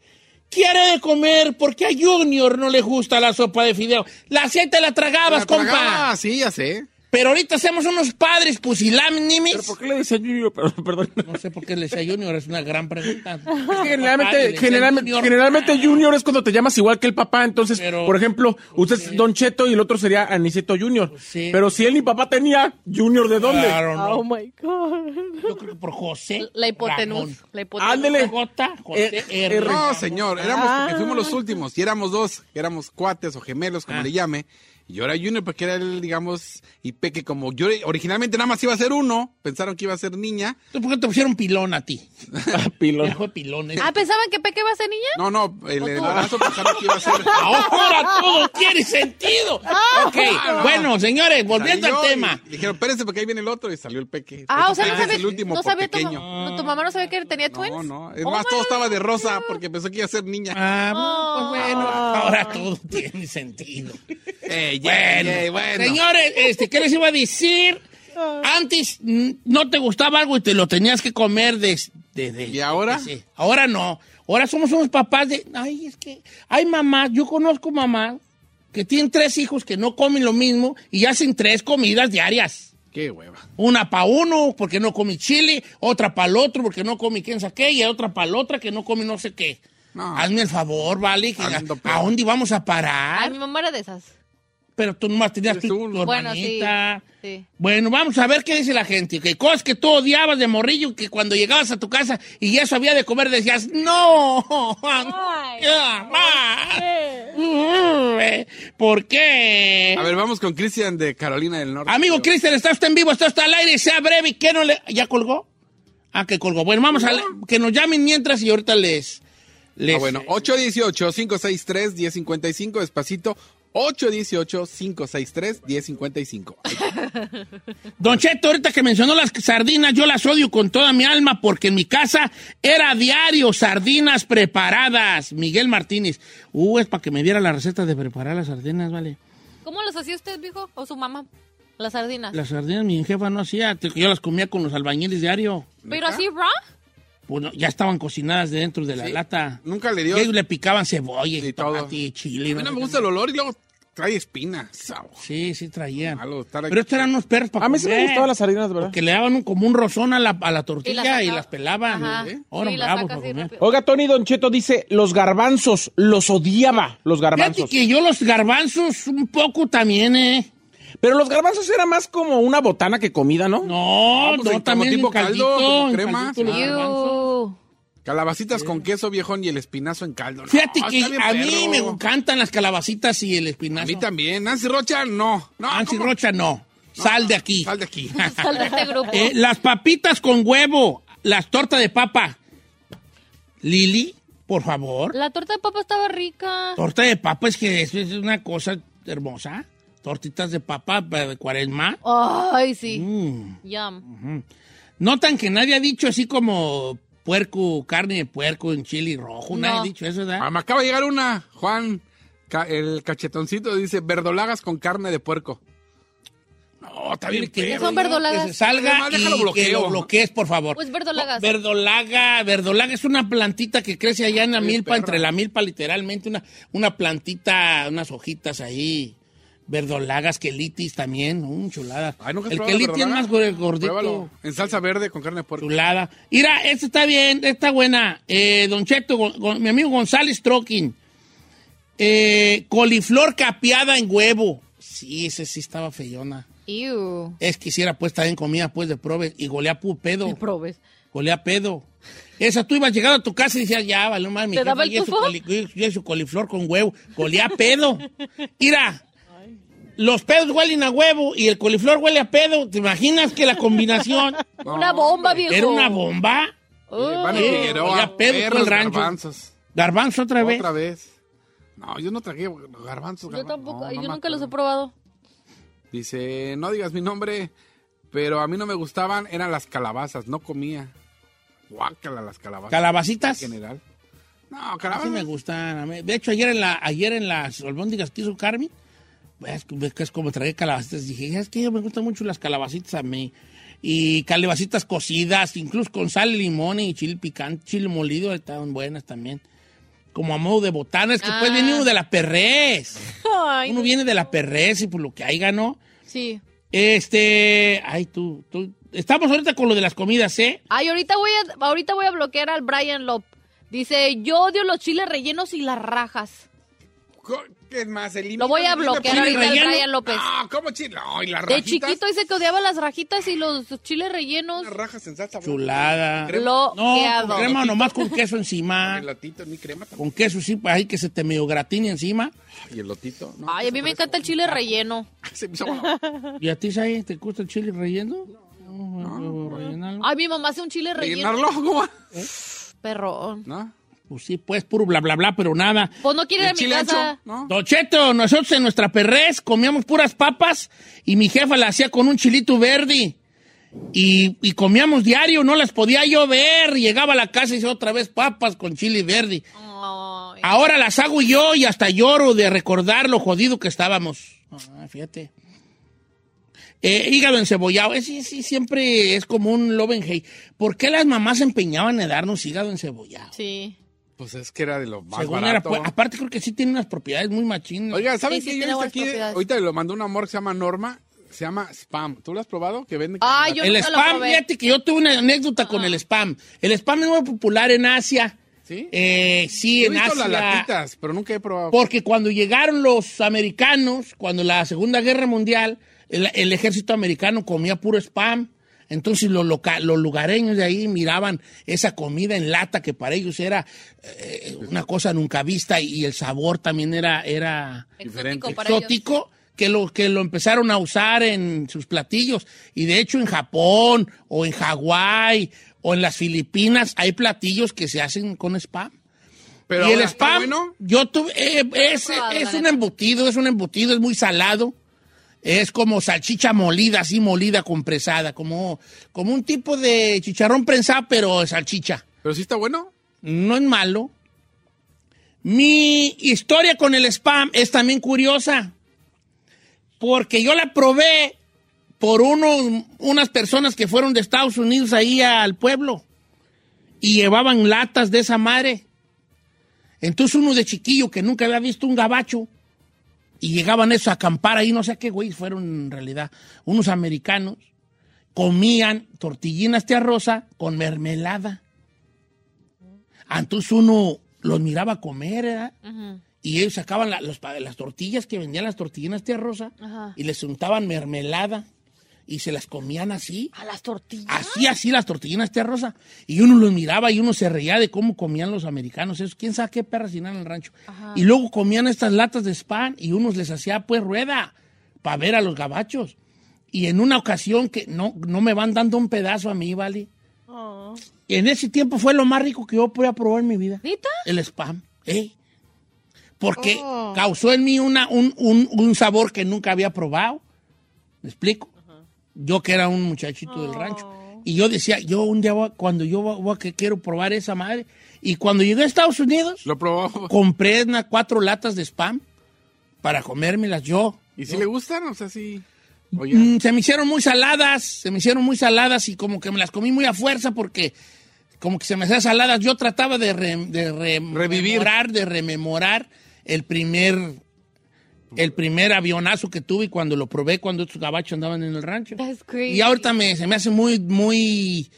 A: quiere de comer porque a Junior no le gusta la sopa de fideo. La siete la tragabas,
C: La
A: compa.
C: tragaba, Sí, ya sé.
A: Pero ahorita somos unos padres
G: ¿Pero
A: pusilánimes.
G: por qué le decía
B: [LAUGHS]
G: Junior? Perdón, perdón.
A: No sé por qué le decía Junior, es una gran pregunta. Papá, le
B: Generalmente,
A: decía
B: generalmente,
A: Junior.
B: generalmente Junior es cuando te llamas igual que el papá. Entonces,
A: Pero- pues,
B: por ejemplo, usted es Don Cheto y el otro sería Aniceto Junior.
A: sí.
B: Pero si él ni papá tenía, Junior de dónde?
A: Claro, no.
E: Oh my God.
A: Yo creo que por José.
D: La
A: Ramón.
D: hipotenusa. La hipotenusa.
B: Ándele.
A: J, José
B: Eh,
A: R.
B: R.
C: No, señor, éramos porque fuimos
D: Ah.
C: los últimos y éramos dos, éramos cuates o gemelos,
A: Ah.
C: como le llame. Y yo era Junior porque era el, digamos, y Peque, como yo originalmente nada más iba a ser uno, pensaron que iba a ser niña.
A: ¿Tú por qué te pusieron pilón a ti?
B: Pilón.
A: Viejo de pilón. ese.
D: Ah, ¿pensaban que Peque iba a ser niña?
C: No, no, el embarazo pensaron que iba a
D: [LAUGHS]
C: ser.
D: Ah,
A: Ahora todo tiene sentido. Ok, bueno, señores, volviendo
C: Salió
A: al
C: y
A: tema.
C: Dijeron, espérense porque ahí viene el otro y salió el Peque.
D: Ah, o sea,
C: Entonces,
D: no
C: Peque
D: sabía,
C: es el último
D: no
C: por
D: sabía tu, ma-
C: pequeño.
D: no, tu mamá no sabía que tenía twins.
C: No, no, es
D: Oh
C: más,
D: my
C: todo estaba de
D: God.
C: rosa porque pensó que iba a ser niña.
A: Ah, pues bueno, ahora todo tiene
C: [LAUGHS]
A: sentido.
C: Ey,
A: Eh, Bueno,
C: ey, ey, bueno.
A: señores, este, ¿qué les iba a decir? Antes mm, no te gustaba algo y te lo tenías que comer desde...
C: ¿Y ahora?
A: Sí, ahora no. Ahora somos unos papás de... Ay, es que hay mamás, yo conozco mamás que tienen tres hijos que no comen lo mismo y hacen tres comidas diarias.
C: Qué hueva.
A: Una para uno porque no come chile, otra para el otro porque no come quién sabe qué, y otra para la otra que no come no sé qué.
C: No.
A: Hazme el favor, ¿vale? Que- ¿A,
C: Ando peor.
A: dónde vamos a
D: Ay,
A: parar?
D: mi mamá era de esas.
A: Pero tú nomás tenías tu,
C: Eres tú,
A: tu
D: Bueno, sí,
A: hermanita.
D: sí.
A: Bueno, vamos a ver qué dice la gente. Que cosas que tú odiabas de morrillo, que cuando llegabas a tu casa y eso había de comer, decías, no, [LAUGHS] mamá, ¿por qué?
C: A ver, vamos con Cristian de Carolina del Norte.
A: Amigo Cristian, está usted en vivo, está usted al aire, sea breve y que no le... ¿Ya colgó? Ah, que colgó. Bueno, vamos a... la- Que nos llamen mientras y ahorita les... les
C: Ah, bueno, 818-563-1055, despacito. 818-563-1055.
A: Don Cheto, ahorita que mencionó las sardinas, yo las odio con toda mi alma porque en mi casa era diario sardinas preparadas. Miguel Martínez. Uh, es para que me diera la receta de preparar las sardinas, vale.
D: ¿Cómo los hacía usted, viejo? ¿O su mamá? Las sardinas.
A: Las sardinas mi jefa no hacía, yo las comía con los albañiles diario.
D: ¿Pero así, raw?
A: Bueno, ya estaban cocinadas de dentro de la lata.
C: Nunca le dio.
A: Ellos le picaban cebolla y
C: Y todo.
A: tomate y chile.
C: A mí
A: no
C: no me
A: sé
C: gusta el olor y luego trae espinas.
A: Sí, sí traían.
C: Malo estar aquí.
A: Pero estos eran unos perros para
B: A mí sí me
A: comer,
B: gustaban las sardinas, ¿verdad?
A: Que le daban un- como un rozón a la, a la tortilla y,
D: sacaba.
A: las pelaban.
D: Ajá.
A: ¿eh? Ahora
D: sí, las
A: bravos
D: saca
A: para
D: así
A: comer.
D: rápido.
B: Oiga, Tony Don Cheto dice, los garbanzos, los odiaba, los
A: Fíjate
B: garbanzos.
A: que yo los garbanzos un poco también, ¿eh?
B: Pero los garbanzos era más como una botana que comida, ¿no?
A: No,
C: Ah, pues,
A: no,
C: en- como
A: también
C: tipo
A: en caldito,
C: caldo, como
A: en
C: crema.
A: caldito los
C: Ah.
A: garbanzos.
D: Ew.
C: Calabacitas con queso, viejón, y el espinazo en caldo.
D: Ah,
C: No,
A: Fíjate
C: está
A: que
C: bien
A: a
C: perro.
A: mí me encantan las calabacitas y el espinazo.
C: A mí también. Nancy Rocha, no. no
A: Nancy
C: ¿cómo?
A: Rocha no. Sal de aquí.
C: Sal de aquí. [LAUGHS]
D: Sal de este grupo.
A: Eh, las papitas con huevo, las tortas de papa. Lili, por favor.
D: La torta de papa estaba rica.
A: Torta de papa es que eso es una cosa hermosa. Tortitas de papa eh, de cuaresma.
D: Ay, sí.
A: Mm.
D: Yum.
A: Notan que nadie ha dicho así como puerco, carne de puerco en chili rojo. Nadie
D: No.
A: ha dicho eso, ¿verdad?
C: Ah, me acaba de llegar una. Juan, ca- el cachetoncito dice: verdolagas con carne de puerco. No, está bien.
A: Que-
C: perro.
D: son verdolagas.
A: Que se salga
C: Además, déjalo
A: y
C: bloqueo.
A: que lo bloquees, por favor.
D: Pues verdolagas.
A: No, verdolaga, verdolaga es una plantita que crece allá en la
C: Ay,
A: milpa,
C: Ah, perra.
A: entre la milpa literalmente, una, una plantita, unas hojitas ahí. Verdolagas, quelitis también, un chulada.
C: Ay, ¿nunca has
A: El
C: probado la
A: quelitis es más
C: verdolaga?
A: gordito.
C: Pruébalo. En salsa verde con carne de puerco.
A: Chulada. Mira, esta está bien, esta está buena. Eh, don Cheto, Gon- Gon- mi amigo González Trokin. Eh, coliflor capeada en huevo. Sí, ese sí estaba feyona.
D: Ew.
A: Es que hiciera pues también comida pues de probes y golea pu pedo.
D: Y probes.
A: Golea pedo. Esa tú ibas llegando a tu casa y decías, ya, vale, más mi
D: ¿Te daba el
A: y, su
D: tufo?
A: coli- y su coliflor con huevo. Golea pedo. Mira, los pedos huelen a huevo y el coliflor huele a pedo. ¿Te imaginas que la
D: [LAUGHS]
A: combinación
D: una bomba, viejo.
A: era una bomba?
D: Oh.
C: eh, Van
A: Sí,
C: Figueroa,
A: ya pedo todo el
C: perros,
A: rancho.
C: garbanzos.
A: Garbanzo otra vez.
C: Otra vez. No, yo no tragué garbanzos. garbanzos
D: Yo tampoco,
C: no, no
D: yo
C: me
D: nunca los he
C: acuerdo.
D: probado.
C: Dice, no digas mi nombre, pero a mí no me gustaban, eran las calabazas, no comía. Guácala las calabazas.
A: Calabacitas.
C: En general. No,
A: Sí
C: calabazas.
A: me gustan. a mí. De hecho, ayer en, la, ayer en las albóndigas que hizo Carmen, ves ves que es como traer calabacitas. Dije, es que yo me gustan mucho las calabacitas a mí. Y calabacitas cocidas, incluso con sal y limón y chile picante, chile molido, estaban buenas también. Como a modo de botanas, que pues
D: Ah.
A: viene uno de la perrez.
D: Ay,
A: pues, Uno viene de la perrez y por lo que hay ganó.
D: sí.
A: Este, ay, tú, tú. Estamos ahorita con lo de las comidas, ¿eh?
D: Ay, ahorita voy a, ahorita voy a bloquear al Brian Lop. Dice, yo odio los chiles rellenos y las rajas.
C: ¿Qué es más? El
D: Lo voy a bloquear
A: ¿Chile
D: ahorita al
A: relleno?
D: Brian López.
C: No, ¿cómo chile? Ay, las
D: De
C: ah, rajitas.
D: chiquito dice que odiaba las rajitas y los chiles rellenos.
C: Las rajas en salsa.
A: Chulada.
C: Crema.
A: No, con
D: Bloqueado.
A: crema nomás con queso
C: [LAUGHS]
A: encima.
C: El lotito, mi crema también.
A: Con queso, sí, pues ahí que se te medio gratine encima.
C: Y el lotito. No,
D: Ay, a mí me encanta el chile relleno.
C: Se me hizo
D: [LAUGHS]
C: agua la boca.
A: ¿Y a ti, Saí, te gusta el chile relleno? No, no, rellenarlo.
D: Ay, mi mamá hace un chile relleno.
C: ¿Rellenarlo? ¿Cómo?
D: Perro.
C: ¿No?
A: Pues sí, pues, puro bla, bla, bla, pero nada.
D: Pues no quiere ir a
C: ¿El
D: mi
C: chile ancho?
D: casa.
C: ¿No?
A: Don Cheto, nosotros en nuestra perrez comíamos puras papas y mi jefa la hacía con un chilito verde. Y, y comíamos diario, no las podía yo ver. Llegaba a la casa y hice otra vez papas con chile verde.
D: Ay.
A: Ahora las hago yo y hasta lloro de recordar lo jodido que estábamos. Ah, fíjate. Eh, hígado encebollado, eh, sí, sí, siempre es como un love and hate. ¿Por qué las mamás se empeñaban en darnos hígado encebollado?
D: Sí.
C: Pues es que era de lo más
A: Según era,
C: barato.
A: pues, aparte creo que sí tiene unas propiedades muy machinas.
C: Oiga, ¿saben
D: Sí, sí,
C: qué? Yo
D: tiene
C: he visto
D: buenas
C: aquí,
D: propiedades.
C: ahorita lo mandó un amor que se llama Norma, se llama Spam. ¿Tú lo has probado? Que vende...
D: Ay, yo
A: el
D: nunca lo
A: spam,
D: probé.
A: fíjate que yo tuve una anécdota con el spam. El spam es muy popular en Asia.
C: ¿Sí?
A: Eh, sí,
C: Yo he
A: en
C: visto
A: Asia.
C: las latitas, pero nunca he probado.
A: Porque cuando llegaron los americanos, cuando la Segunda Guerra Mundial, el, el ejército americano comía puro spam. Entonces los, loca- los lugareños de ahí miraban esa comida en lata que para ellos era eh, una cosa nunca vista y el sabor también era, era
C: Diferente.
D: Exótico para ellos.
A: exótico que lo, que lo empezaron a usar en sus platillos. Y de hecho en Japón o en Hawái o en las Filipinas hay platillos que se hacen con spam
C: Pero
A: y el
C: ahora, ¿está
A: spam,
C: bueno?
A: yo tuve, eh, es,
D: Ah,
A: es
D: la
A: un
D: neta.
A: embutido, es un embutido, es muy salado. Es como salchicha molida, así molida, compresada, como, como un tipo de chicharrón prensado, pero de salchicha.
C: ¿Pero sí está bueno?
A: No es malo. Mi historia con el spam es también curiosa, porque yo la probé por unos, unas personas que fueron de Estados Unidos ahí al pueblo y llevaban latas de esa madre. Entonces uno de chiquillo que nunca había visto un gabacho y llegaban eso a acampar ahí, no sé qué güey fueron en realidad, unos americanos, comían tortillinas tía rosa con mermelada. Ah, Entonces uno los miraba comer, ¿verdad?
D: Ujú.
A: Y ellos sacaban la- los pa- las tortillas que vendían las tortillinas tía rosa
D: Ajá.
A: y les untaban mermelada y se las comían así.
D: A las tortillas.
A: Así, así las tortillinas tía rosa. Y uno los miraba y uno se reía de cómo comían los americanos. Eso, quién sabe qué perras tenían en el rancho. Y luego comían estas latas de spam y unos les hacía pues rueda para ver a los gabachos. Y en una ocasión que no, no me van dando un pedazo a mí, ¿vale?
D: Oh.
A: Y en ese tiempo fue lo más rico que yo podía probar en mi vida.
D: ¿Neta?
A: El spam. ¿eh? Porque causó en mí una, un, un- un sabor que nunca había probado. ¿Me explico? Yo que era un muchachito del rancho. Y yo decía, yo un día, voy a- cuando yo voy a- voy a que quiero probar esa madre. Y cuando llegué a Estados Unidos,
C: Lo probó.
A: compré unas cuatro latas de spam para comérmelas yo.
C: ¿Y si le gustan? O sea, sí. Oye,
A: Mm, se me hicieron muy saladas, se me hicieron muy saladas y como que me las comí muy a fuerza porque como que se me hacían saladas. Yo trataba de, re- de re-
C: Revivir.
A: rememorar, de rememorar el primer, el primer avionazo que tuve cuando lo probé cuando estos gabachos andaban en el rancho.
D: That's crazy.
A: Y ahorita me, se me hace muy, muy,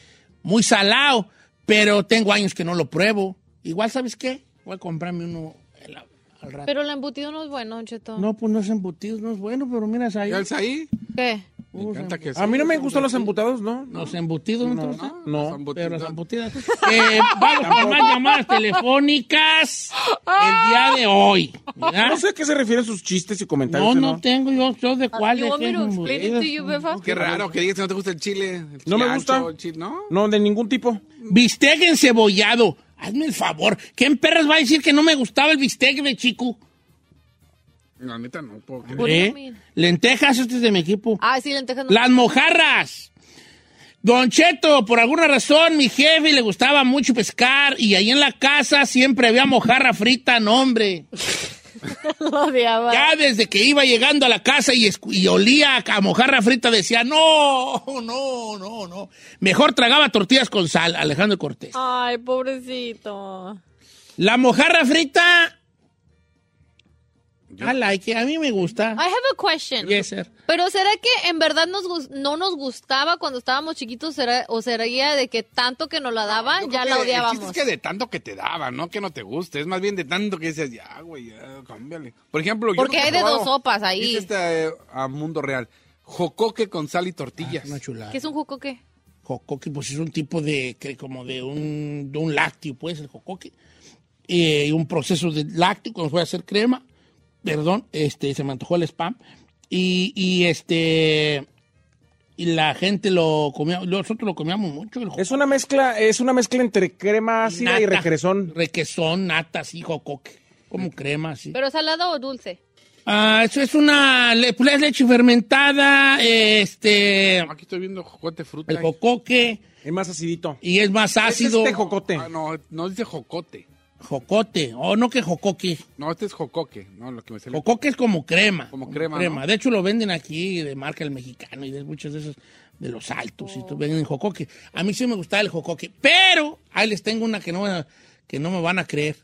A: muy salado, pero tengo años que no lo pruebo. Igual, ¿sabes qué? Voy a comprarme uno el- al rato.
D: Pero el embutido no es bueno, Don Cheto.
A: no, pues no es embutido, no es bueno, pero mira, es ahí.
C: ¿Ya ves ahí?
D: ¿Qué?
C: Me encanta que
B: A mí no me gustan los embutados, ¿no? no.
A: Los embutidos, ¿no, te gustan?
B: no,
C: son
A: Pero las
C: botitas.
A: embutidas. Eh, vamos con más llamadas telefónicas el día
D: Ah.
A: de hoy. ¿verdad?
B: No sé a qué se refieren sus chistes y comentarios.
A: No,
B: ¿no?
A: no tengo yo, yo de cuál
D: Ah, you
A: de
D: want me
A: qué
D: to explain it to you,
A: embutidas.
D: Befa?
C: Qué raro que digas que no te gusta el chile. el
B: No me
C: chile
B: gusta.
C: ancho, el chile- ¿No?
B: No, de ningún tipo.
A: Bistec encebollado. Hazme el favor. ¿Quién perras va a decir que no me gustaba el bistec de chico?
C: La neta no puedo creer.
D: What do you
A: ¿Eh?
D: mean?
A: Lentejas, este es de mi equipo.
D: Ah, sí, lentejas no.
A: Las mojarras. Don Cheto, por alguna razón, mi jefe le gustaba mucho pescar y ahí en la casa siempre había mojarra frita, no hombre.
D: [LAUGHS] Lo odiaba.
A: Ya desde que iba llegando a la casa y, escu- y olía a mojarra frita, decía, no, no, no, no. Mejor tragaba tortillas con sal, Alejandro Cortés.
D: Ay, pobrecito.
A: La mojarra frita I like it. A mí me gusta.
D: I have a question.
A: Yes, sir.
D: Pero ¿será que en verdad nos gus- no nos gustaba cuando estábamos chiquitos? ¿Será, ¿O sería de que tanto que nos la daban, Ah, ya la
C: El
D: odiábamos?
C: chiste es que de tanto que te daban, no que no te guste. Es más bien de tanto que dices, ya, güey, ya, cámbiale. Por ejemplo, yo
D: Porque
C: nunca he
D: hay de dos
C: probado-
D: sopas ahí.
C: Dice este, eh, a Mundo Real. Jocoque con sal y tortillas.
A: Una chulada.
D: ¿Qué es un jocoque?
A: jocoque, pues es un tipo de, que como de un, de un lácteo, pues, el jocoque. Eh, un proceso de lácteo, cuando fue a hacer crema, perdón, este, se me antojó el spam. Y, y, este, y la gente lo comía, nosotros lo comíamos mucho, el
B: Es una mezcla, es una mezcla entre crema ácida y
A: Nata.
B: regresón.
A: requesón, nata, sí, jocoque, como crema, sí.
D: ¿Pero salado o dulce?
A: Ah, eso es una, le- pues, es leche fermentada, este,
C: Aquí estoy viendo jocote fruta.
A: el jocoque,
B: Es más acidito.
A: y es más
B: Es
A: ácido.
B: este jocote.
C: Ah, no, no dice jocote.
A: Jocote, o no que jocoque.
C: No, este es jocoque. No, lo que me sale.
A: Jocoque es como crema.
C: Como crema, ¿no?
A: De hecho, lo venden aquí de marca El Mexicano y de muchos de esos de los altos. Y tú venden jocoque. A mí sí me gustaba el jocoque. Pero, ahí les tengo una que no, van a- que no me van a creer.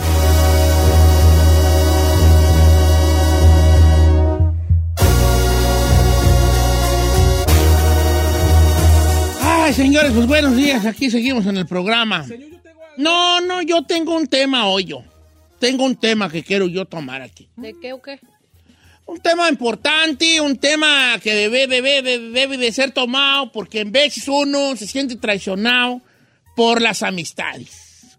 A: [LAUGHS] Ay, señores, pues buenos días. Aquí seguimos en el programa. No, no, yo tengo un tema hoy yo. Tengo un tema que quiero yo tomar aquí.
D: ¿De qué o qué?
A: Un tema importante, un tema que debe, debe, debe, debe de ser tomado porque en veces uno se siente traicionado por las amistades.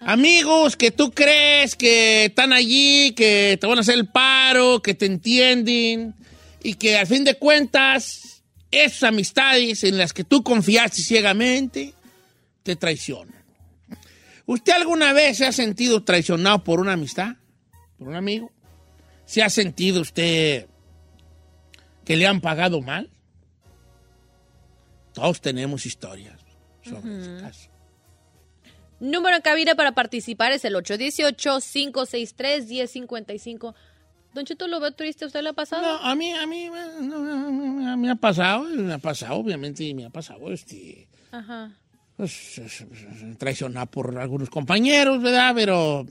A: Amigos que tú crees que están allí, que te van a hacer el paro, que te entienden y que al fin de cuentas esas amistades en las que tú confiaste ciegamente te traicionan. ¿Usted alguna vez se ha sentido traicionado por una amistad? ¿Por un amigo? ¿Se ha sentido usted que le han pagado mal? Todos tenemos historias sobre ese caso.
D: Número en cabina para participar es el 818-563-1055. Don Cheto, ¿lo veo triste? ¿Usted le ha pasado?
A: No, a mí, a mí, bueno, no, no, no, me ha pasado, me ha pasado, obviamente, me ha pasado, este,
D: Ajá.
A: pues, es- es- es traicionado por algunos compañeros, ¿verdad? Pero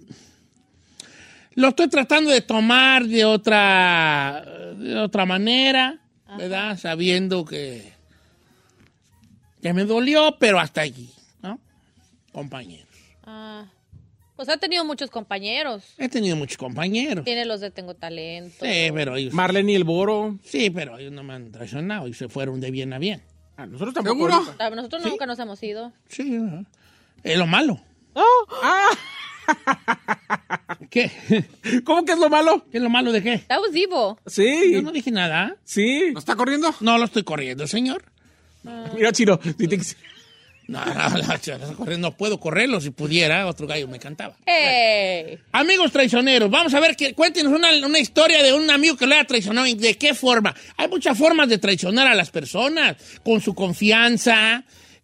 A: lo estoy tratando de tomar de otra, de otra manera, ¿verdad? Sabiendo que, que me dolió, pero hasta allí, ¿no? Compañeros.
D: Ah, pues ha tenido muchos compañeros.
A: He tenido muchos compañeros.
D: Tiene los de Tengo Talento.
A: Sí, pero ellos,
B: Marlene y el Boro.
A: sí, pero ellos no me han traicionado y se fueron de bien a bien.
B: Ah, nosotros tampoco.
C: ¿Seguro?
B: ahorita.
D: Ah, Nosotros nunca nos hemos ido.
A: Sí, ajá. es lo malo. ¿Qué? [LAUGHS] ¿Qué
B: ¿Cómo que es lo malo?
A: es lo malo de qué?
D: That was evil.
A: Yo
B: Sí,
A: no dije nada.
B: sí.
C: ¿No está corriendo?
A: No lo estoy corriendo, señor. Ah.
B: Mira, Chino. si te-
A: No, [LAUGHS] no, no, yo no, estoy corriendo. no puedo correrlo. Si pudiera, otro gallo me cantaba.
D: ¡Hey!
A: Amigos traicioneros, vamos a ver, que, cuéntenos una, una historia de un amigo que lo haya traicionado y de qué forma. Hay muchas formas de traicionar a las personas, con su confianza,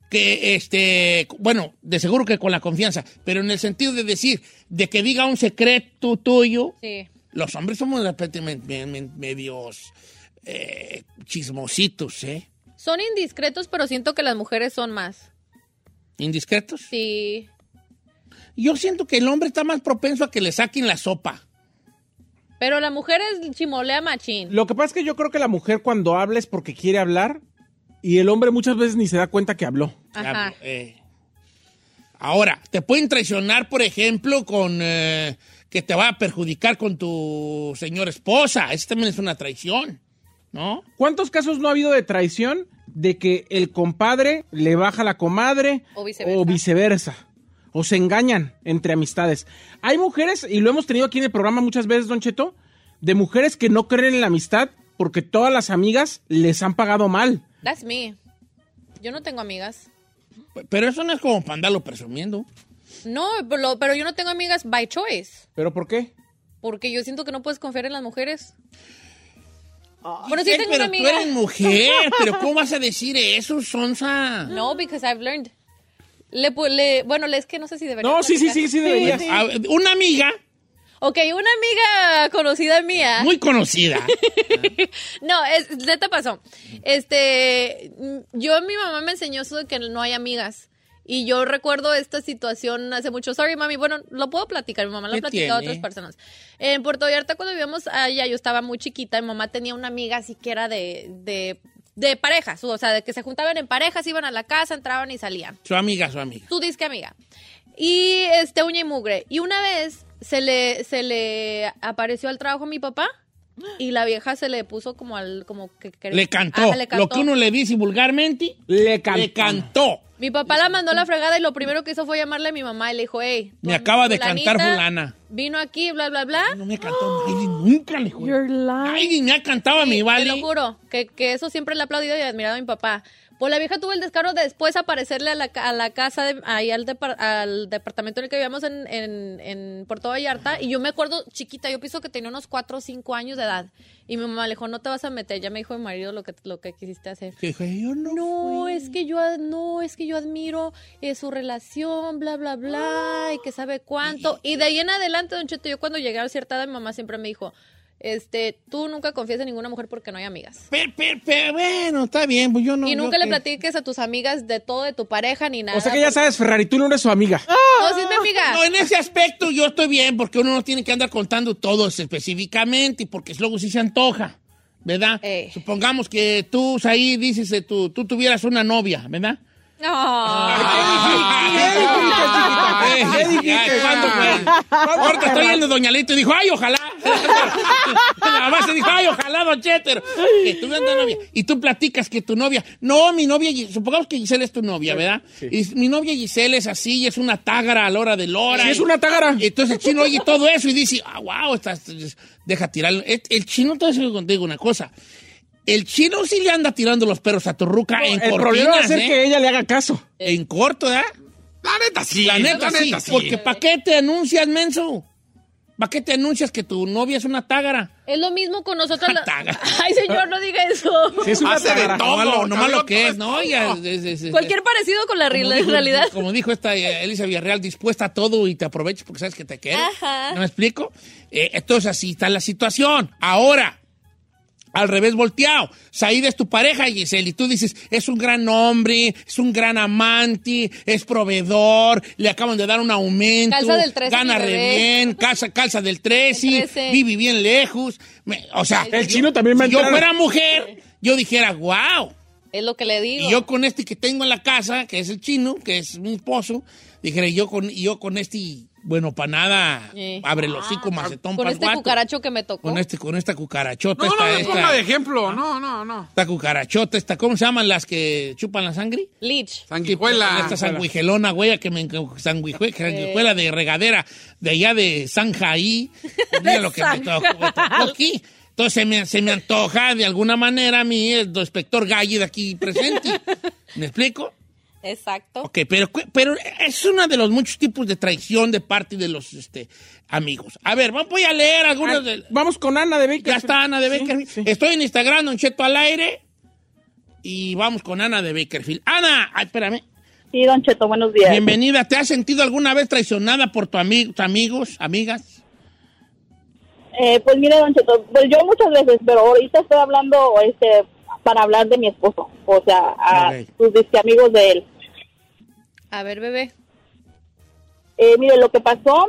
A: que este, bueno, de seguro que con la confianza, pero en el sentido de decir, de que diga un secreto tuyo,
D: Sí.
A: los hombres somos de repente me- me- me- medios eh, chismositos, ¿eh?
D: Son indiscretos, pero siento que las mujeres son más.
A: Indiscretos.
D: Sí.
A: Yo siento que el hombre está más propenso a que le saquen la sopa.
D: Pero la mujer es chimolea machín.
B: Lo que pasa es que yo creo que la mujer cuando habla es porque quiere hablar y el hombre muchas veces ni se da cuenta que habló.
D: Ajá.
A: Diablo, eh. Ahora, te pueden traicionar, por ejemplo, con eh, que te va a perjudicar con tu señora esposa. Esa también es una traición, ¿no?
B: ¿Cuántos casos no ha habido de traición de que el compadre le baja a la comadre
D: O viceversa.
B: o viceversa? O se engañan entre amistades. Hay mujeres, y lo hemos tenido aquí en el programa muchas veces, Don Cheto, de mujeres que no creen en la amistad porque todas las amigas les han pagado mal.
D: That's me. Yo no tengo amigas.
A: Pero eso no es como para andarlo presumiendo.
D: No, pero, lo- pero yo no tengo amigas by choice.
B: ¿Pero por qué?
D: Porque yo siento que no puedes confiar en las mujeres. Bueno, sí
A: Ay,
D: tengo
A: pero
D: una amiga.
A: tú eres mujer,
D: [LAUGHS]
A: pero ¿cómo vas a decir eso, Sonsa?
B: Ah.
D: No, because I've learned. Le, pu- le- bueno, le- es que no sé si debería.
B: No, sí, sí, sí,
D: platicar.
B: sí, deberías.
A: A ver, Una amiga
D: Ok, una amiga conocida mía.
A: muy
D: [LAUGHS]
A: conocida.
D: No, es, neta pasó. Este, mm, yo, mi mamá me enseñó eso de que no hay amigas. Y yo recuerdo esta situación hace mucho. Sorry, mami. Bueno, lo puedo platicar. Mi mamá lo
A: ¿Qué
D: ha platicado a
A: tiene?
D: otras personas. En Puerto Vallarta, cuando vivíamos allá, yo estaba muy chiquita. Mi mamá tenía una amiga así que era de, de, de parejas. O sea, de que se juntaban en parejas, iban a la casa, entraban y salían.
A: su amiga, su amiga.
D: Tú dices que amiga. Y este, uña y mugre. Y una vez se le, se le apareció al trabajo a mi papá y la vieja se le puso como al, como que quería-
A: Le cantó.
D: Ah, le
A: Lo que uno le dice vulgarmente,
B: Le cantó.
A: le cantó.
D: Mi papá la mandó a la fregada y lo primero que hizo fue llamarle a mi mamá y le dijo, hey.
A: Me acaba de cantar fulana.
D: Vino aquí, bla, bla, bla.
A: No me cantó nadie, nunca le juro. Nadie me ha cantado a mi
D: Sí,
A: vale.
D: Te lo juro, que, que eso siempre le he aplaudido y admirado a mi papá. Pues la vieja tuvo el descaro de después aparecerle a la, ca- a la casa, de, ahí al, depar- al departamento en el que vivíamos en, en- en Puerto Vallarta. Y yo me acuerdo, chiquita, yo pienso que tenía unos 4 o 5 años de edad. Y mi mamá le dijo, no te vas a meter. Ya me dijo mi marido lo que, lo que quisiste hacer.
A: Que dijo, yo no.
D: No, es que yo ad- no, es que yo admiro eh, su relación, bla bla bla, y que sabe cuánto. Y de ahí en adelante, Don Cheto, yo cuando llegué a cierta edad, mi mamá siempre me dijo, este, tú nunca confías en ninguna mujer porque no hay amigas.
A: Pero, bueno, está bien, pues yo no.
D: y
A: yo
D: nunca le
A: qué.
D: platiques a tus amigas de todo de tu pareja ni nada.
B: O sea que ya sabes, Ferrari, tú no eres su amiga.
D: No, sí es mi amiga.
A: No, en ese aspecto yo estoy bien, porque uno no tiene que andar contando todos específicamente, y porque luego sí se antoja, ¿verdad?
D: Ey.
A: Supongamos que tú ahí dices, eh, tú, tú tuvieras una novia, ¿verdad?
D: Ah.
B: ¿Qué dijiste, chiquita? ¿Qué dijiste?
A: ¿Cuándo fue? Ahorita estoy en el Doña Lito y dijo, ay, ojalá. [LAUGHS] La base dijo, ay, ojalá, don Cheter. Que tuve una novia. Y tú platicas que tu novia. No, mi novia, Gi- supongamos que Giselle es tu novia, ¿verdad? Y mi novia Giselle es así y es una tágara a la hora de hora.
B: Sí, es una tágara.
A: Y entonces el chino oye todo eso y dice, ah, wow, estás, deja tirar. El, el chino, te digo contigo una cosa. El chino sí le anda tirando los perros a tu ruca en
B: El problema va a
A: cortinas,
B: ser
A: ¿eh?
B: que ella le haga caso.
A: En corto, ¿verdad?
C: La neta sí.
A: La neta, sí, Porque ¿para qué te anuncias, menso? ¿Para qué te anuncias que tu novia es una tágara?
D: Es lo mismo con nosotros. la-
A: Taga.
D: [LAUGHS] Ay, señor, no diga eso.
B: Sí, es una
C: Hace de
B: tágara.
C: todo.
A: Nomás lo, nomás
C: cabrón,
A: lo que
C: todo
A: es,
C: es
A: ¿no? Ya, es- es- es-
D: Cualquier parecido con la re-
A: como dijo-
D: realidad.
A: [LAUGHS] Como dijo esta eh, Elisa Villarreal, dispuesta a todo y te aprovechas porque sabes que te queda.
D: Ajá.
A: ¿No me explico? Eh, entonces así está la situación. Ahora, al revés volteado. Said es tu pareja, Giselle, y tú dices, es un gran hombre, es un gran amante, es proveedor, le acaban de dar un aumento.
D: Calza del 13,
A: Gana
D: mi
A: re
D: bebé.
A: bien, calza, calza del 13,
D: Del 13.
A: vive bien lejos. Me- o sea,
B: El chino también va a
A: si yo
B: entrar.
A: fuera mujer, yo dijera, wow.
D: Es lo que le digo.
A: Y yo con este que tengo en la casa, que es el chino, que es mi esposo, dijera, yo con, y yo con este, bueno, para nada,
D: Sí.
A: abre el hocico, macetón,
D: con
A: pa'l
D: este
A: guato.
D: cucaracho que me tocó.
A: Con, este, con esta cucarachota,
C: No, no
A: esta,
C: me ponga
A: esta-
C: de ejemplo.
A: Ah,
C: No, no, no.
A: esta cucarachota, esta, ¿cómo se llaman las que chupan la sangre?
D: Lich.
C: Sanguijuela.
A: Esta sanguijelona, güey, que me sanguijue- sanguijuela de regadera de allá de
D: [LAUGHS]
A: Sanjaí. Mira lo que me tocó, me tocó aquí. Entonces se me, se me antoja de alguna manera a mí el inspector Galli de aquí presente.
D: [LAUGHS]
A: ¿Me explico?
D: Exacto.
A: Ok, pero, cu- pero es uno de los muchos tipos de traición de parte de los este, amigos. A ver, vamos- voy a leer algunos de...
B: Vamos con Ana de Becker.
A: Ya está Ana de Beckerfield.
B: Ah, Sí, sí.
A: Estoy en Instagram, Don Cheto al aire. Y vamos con Ana de Beckerfield. Ana, ay, espérame.
H: Sí, Don Cheto, buenos días.
A: Bienvenida. ¿Te has sentido alguna vez traicionada por tu ami- tus amigos, amigas?
H: Eh, pues mire, Don Cheto, pues yo muchas veces, pero ahorita estoy hablando este, para hablar de mi esposo, o sea, a
A: Ok.
H: sus disque amigos de él.
D: A ver, bebé.
H: Eh, mire, lo que pasó,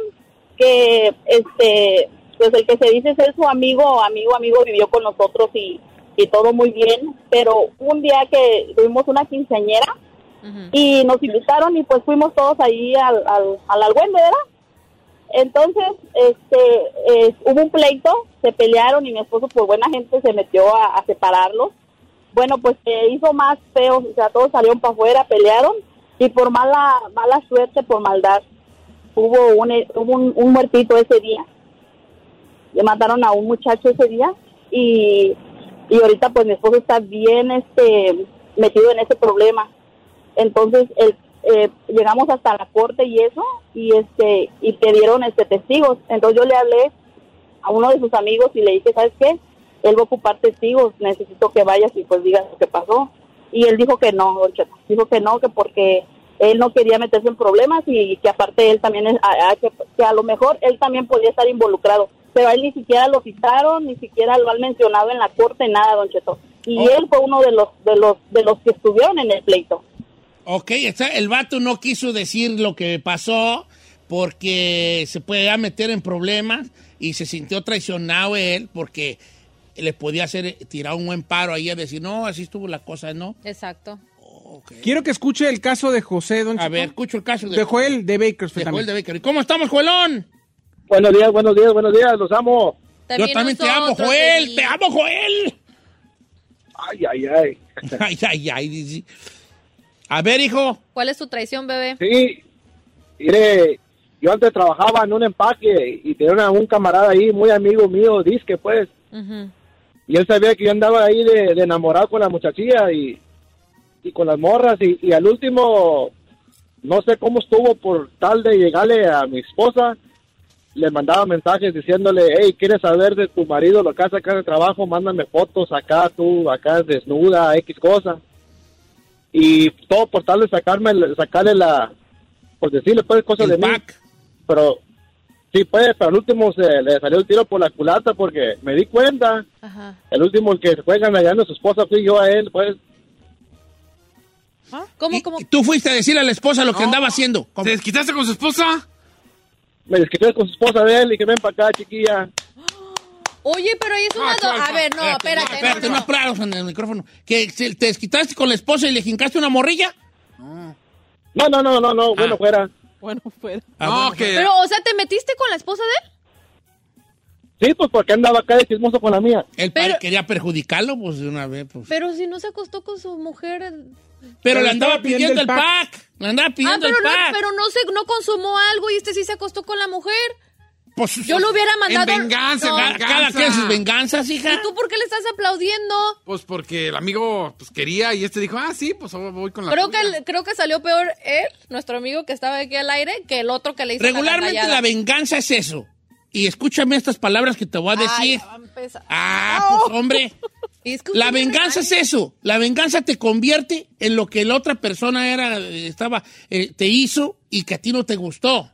H: que este, pues el que se dice ser su amigo, amigo, amigo, vivió con nosotros y, y todo muy bien, pero un día que tuvimos una quinceañera
D: Ujú.
H: y nos invitaron y pues fuimos todos ahí al, al, al Algüende, ¿verdad? Entonces, este, eh, hubo un pleito, se pelearon y mi esposo por buena gente se metió a, a separarlos. Bueno, pues se hizo más feo, o sea, todos salieron para afuera, pelearon y por mala mala suerte, por maldad, hubo un, hubo un, un muertito ese día. Le mataron a un muchacho ese día y, y ahorita pues mi esposo está bien este metido en ese problema. Entonces el- eh, llegamos hasta la corte y eso y este y pidieron este testigos. Entonces yo le hablé a uno de sus amigos y le dije, ¿sabes qué? Él va a ocupar testigos, necesito que vayas y pues digas lo que pasó. Y él dijo que no, don Cheto. dijo que no, que porque él no quería meterse en problemas y que aparte él también, es- a- a- que, que a lo mejor él también podía estar involucrado. Pero a él ni siquiera lo citaron, ni siquiera lo han mencionado en la corte, nada, don Cheto. Y
A: Oh.
H: él fue uno de los, de los, de los que estuvieron en el pleito.
A: Ok, está- el vato no quiso decir lo que pasó porque se podía meter en problemas y se sintió traicionado él porque le podía hacer eh, tirar un buen paro ahí a decir, no, así estuvo la cosa, ¿no?
D: Exacto.
A: Ok.
B: Quiero que escuche el caso de José, don
A: A
B: Chico.
A: ver, escucho el caso de,
B: De Joel de Bakersfield
A: de
B: también.
A: Joel de Baker. ¿Cómo estamos, Joelón?
H: Buenos días, buenos días, buenos días, los amo.
A: Yo también te amo,
D: nosotros,
A: Joel,
D: sí.
A: te amo, Joel.
H: Ay, ay, ay.
A: Ay, ay, ay. dice. A ver, hijo.
D: ¿Cuál es tu traición, bebé?
H: Sí, mire, yo antes trabajaba en un empaque y tenía una- un camarada ahí, muy amigo mío, disque pues,
D: Ujú.
H: y él sabía que yo andaba ahí de, de enamorado con la muchachilla y,
I: y con las morras y, y al último, no sé cómo estuvo por tal de llegarle a mi esposa, le mandaba mensajes diciéndole, hey, ¿quieres saber de tu marido lo que hace acá en el trabajo? Mándame fotos acá, tú, acá desnuda, X cosa. Y todo por tal de sacarme, sacarle la, por decirle pues cosas de mí. Pero, sí pues, pero al último se le salió el tiro por la culata porque me di cuenta.
D: Ajá.
I: El último el que fue ganando a su esposa fui yo a él, pues.
A: ¿Ah?
D: ¿Cómo, cómo?
A: Tú fuiste a decirle a la esposa lo que andaba haciendo. ¿Te
C: desquitaste con su esposa?
I: Me desquité con su esposa de él y que ven para acá, chiquilla.
D: Oye, pero ahí es una... do- A ver, no, espérate. no,
A: Ah, Espérate, Eh, no aplausos en el micrófono. ¿Que se- te desquitaste con la esposa y le jincaste una morrilla?
I: No, no, no, no, no, bueno, fuera.
E: Ah. Bueno, fuera.
A: Ah,
C: No,
D: Pero, o sea, ¿te metiste con la esposa de él?
I: Sí, pues porque andaba acá de chismoso con la mía.
A: El padre quería perjudicarlo, pues de una vez. Pues.
D: Pero si no se acostó con su mujer... Ah, el-
A: Pero, le andaba pidiendo el pack. Le andaba
D: Ah,
A: pidiendo
D: pero
A: el
D: no,
A: pack.
D: pero no se, no consumó algo y este sí se acostó con la mujer.
A: Pues,
D: Yo lo hubiera mandado...
C: En venganza,
D: No.
C: en
A: Cada-
C: venganza.
A: cada quien sus venganzas, hija.
D: ¿Y tú por qué le estás aplaudiendo?
C: Pues porque el amigo pues, quería y este dijo, ah, sí, pues ahora voy con la.
D: Creo
C: tuya".
D: que, creo que salió peor él, nuestro amigo que estaba aquí al aire, que el otro que le hizo la
A: Regularmente
D: gandallada.
A: la venganza es eso. Y escúchame estas palabras que te voy a
D: Ay,
A: decir.
D: ya va a empezar.
A: ah, pues hombre.
D: Es que
A: La
D: usted no
A: venganza es eso. La venganza te convierte en lo que la otra persona era, estaba, eh, te hizo y que a ti no te gustó.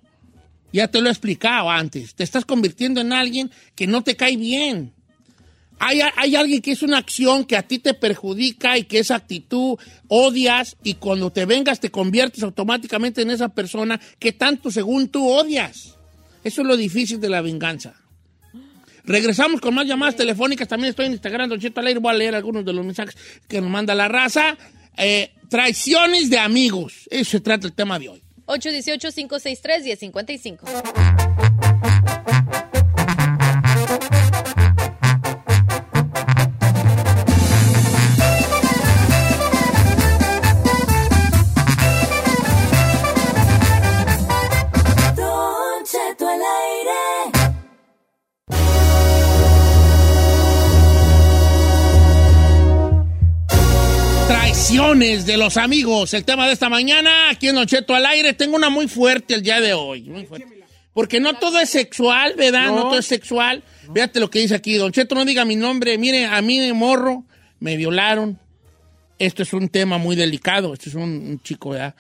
A: Ya te lo he explicado antes. Te estás convirtiendo en alguien que no te cae bien. Hay, hay alguien que es una acción que a ti te perjudica y que esa actitud odias y cuando te vengas te conviertes automáticamente en esa persona que tanto según tú odias. Eso es lo difícil de la venganza. Regresamos con más llamadas telefónicas. También estoy en Instagram, Don Cheto al aire. Voy a leer algunos de los mensajes que nos manda la raza. Eh, traiciones de amigos. Eso se trata el tema de hoy.
D: 818-563-1055.
F: Don Cheto al aire.
A: Traiciones de los amigos. El tema de esta mañana. Aquí en Don Cheto al aire. Tengo una muy fuerte el día de hoy. Muy fuerte. Porque no todo es sexual, ¿verdad? No,
C: No.
A: todo es sexual. Véate lo que dice aquí. Don Cheto, no diga mi nombre. Mire, a mí de morro me violaron. Esto es un tema muy delicado. Esto es un, un chico, ¿verdad?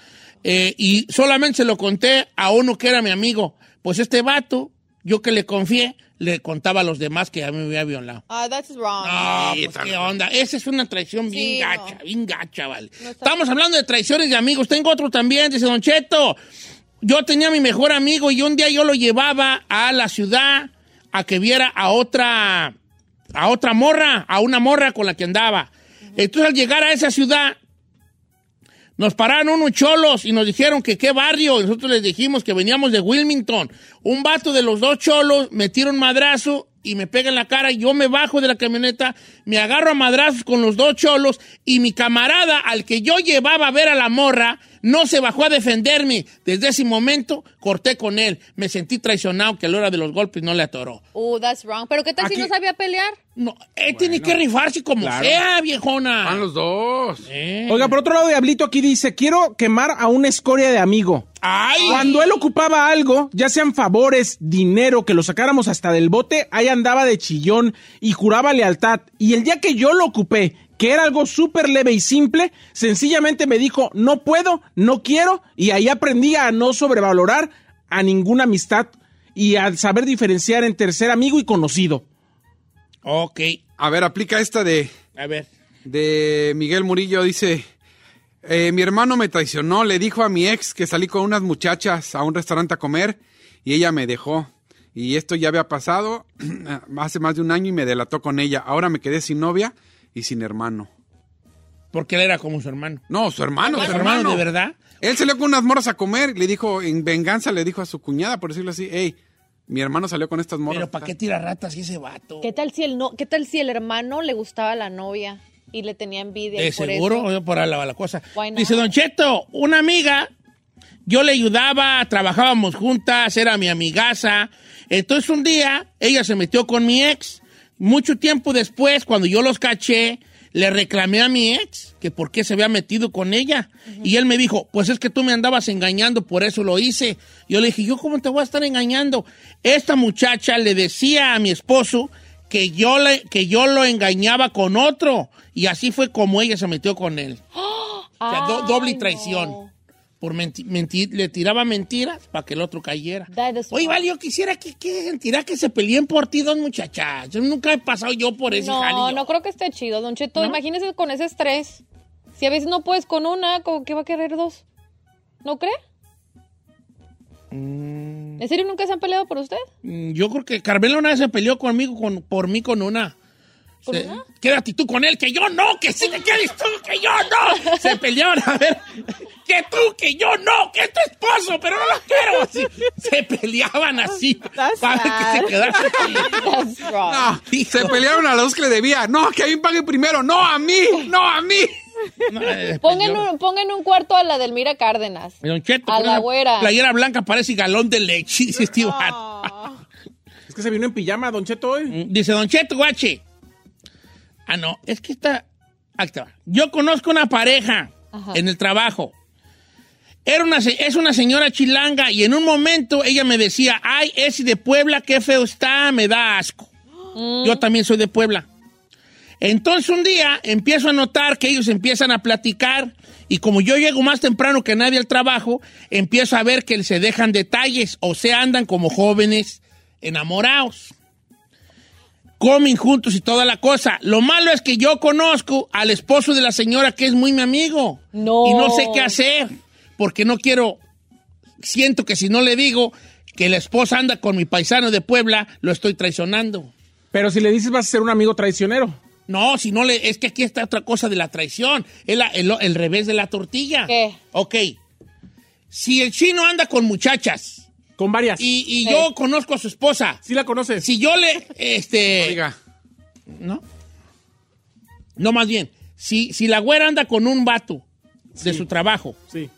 A: Eh, y solamente se lo conté a uno que era mi amigo. Pues este vato, yo que le confié, le contaba a los demás que a mí me había violado.
D: Ah, that's wrong.
A: No, pues qué onda. Esa es una traición bien
D: Sí,
A: gacha, bien gacha, vale.
D: No está
A: Estamos hablando de traiciones de amigos. Tengo otro también, dice Don Cheto. Yo tenía a mi mejor amigo y un día yo lo llevaba a la ciudad a que viera a otra, a otra morra, a una morra con la que andaba. Entonces al llegar a esa ciudad, nos pararon unos cholos y nos dijeron que qué barrio. Y Nosotros les dijimos que veníamos de Wilmington. Un vato de los dos cholos me tira un madrazo y me pega en la cara. y Yo me bajo de la camioneta, me agarro a madrazos con los dos cholos y mi camarada al que yo llevaba a ver a la morra no se bajó a defenderme. Desde ese momento corté con él. Me sentí traicionado que a la hora de los golpes no le atoró.
D: Oh, that's wrong. ¿Pero qué tal si
A: Aquí-
D: no sabía pelear?
A: No, él tiene que rifarse como
B: Claro.
A: sea, viejona.
C: Van los dos.
B: Oiga, por otro lado, Diablito aquí dice, quiero quemar a una escoria de amigo.
A: ¡Ay!
B: Cuando él ocupaba algo, ya sean favores, dinero, que lo sacáramos hasta del bote, ahí andaba de chillón y juraba lealtad. Y el día que yo lo ocupé, que era algo súper leve y simple, sencillamente me dijo, no puedo, no quiero, y ahí aprendí a no sobrevalorar a ninguna amistad y a saber diferenciar entre ser amigo y conocido.
A: Ok.
C: A ver, aplica esta de,
A: A ver.
C: de Miguel Murillo. Dice: eh, Mi hermano me traicionó. Le dijo a mi ex que salí con unas muchachas a un restaurante a comer y ella me dejó. Y esto ya había pasado [CLEARS THROAT] hace más de un año y me delató con ella. Ahora me quedé sin novia y sin hermano.
A: Porque él era como su hermano.
C: No, su hermano, su
A: ¿Su
C: hermano.
A: hermano de verdad?
C: Él salió con unas morras a comer y le dijo, en venganza le dijo a su cuñada, por decirlo así, hey, mi hermano salió con estas morras.
A: Pero ¿para qué tira ratas ese vato?
D: ¿Qué tal si el no, qué tal si el hermano le gustaba a la novia y le tenía envidia? y
A: De
D: por
A: seguro,
D: eso-
A: eh, por la, la cosa.
D: Why not?
A: Dice Don Cheto, una amiga, yo le ayudaba, trabajábamos juntas, era mi amigaza. Entonces un día ella se metió con mi ex. Mucho tiempo después, cuando yo los caché, le reclamé a mi ex que por qué se había metido con ella. Y él me dijo, pues es que tú me andabas engañando, por eso lo hice. Yo le dije, ¿yo cómo te voy a estar engañando? Esta muchacha le decía a mi esposo que yo, le, que yo lo engañaba con otro. Y así fue como ella se metió con él. O sea, do- doble traición. Por menti- menti- le tiraba mentiras para que el otro cayera. Oye, vale, yo quisiera que, que sentirá que se peleen por ti dos muchachas. Yo nunca he pasado yo por ese
D: No,
A: jalillo.
D: no creo que esté chido, Don Cheto. Imagínese con ese estrés. Si a veces no puedes con una, ¿con qué va a querer dos? ¿No cree? ¿En serio nunca se han peleado por usted?
A: Mm, Yo creo que Carmela una vez se peleó conmigo, con, por mí con una. Se- Quédate tú con él, que yo no, que sí te quedes tú, que yo no. Se pelearon, a ver, [LAUGHS] que tú, que yo no, que es tu esposo, pero no lo quiero. Así, se peleaban así para que se quedase
D: [LAUGHS] That's
A: [LAUGHS]
C: No, Ah, se pelearon a los que le debía. No, que alguien pague primero. No, a mí. No, a mí.
D: Pongan un, pongan un cuarto a la Delmira Cárdenas.
A: eh, pues, Don Cheto,
D: A
A: con
D: la
A: esa
D: güera.
A: Playera blanca parece galón de leche, [LAUGHS] dice este vato.
B: Es que se vino en pijama, Don Cheto, hoy.
A: Dice Don Cheto, guache. Ah, no, es que está. Ahí te va. Yo conozco una pareja
J: Ajá.
A: en el trabajo. Era una, se- es una señora chilanga y en un momento ella me decía, ay, ese de Puebla, qué feo está, me da asco. Yo también soy de Puebla. Entonces un día empiezo a notar que ellos empiezan a platicar y como yo llego más temprano que nadie al trabajo, empiezo a ver que se dejan detalles, o sea, andan como jóvenes enamorados. Comen juntos y toda la cosa. Lo malo es que yo conozco al esposo de la señora que es muy mi amigo.
D: No.
A: Y no sé qué hacer, porque no quiero, siento que si no le digo que la esposa anda con mi paisano de Puebla, lo estoy traicionando.
B: Pero si le dices vas a ser un amigo traicionero.
A: No, si no le. Es que aquí está otra cosa de la traición. Es la- el, el revés de la tortilla. ¿Qué? Ok. Si el chino anda con muchachas.
B: Con varias.
A: Y, y yo conozco a su esposa.
B: Sí la conoces.
A: Si yo le. Este.
C: Oiga.
A: ¿No? No, más bien. Si, si la güera anda con un vato de su trabajo.
B: Sí.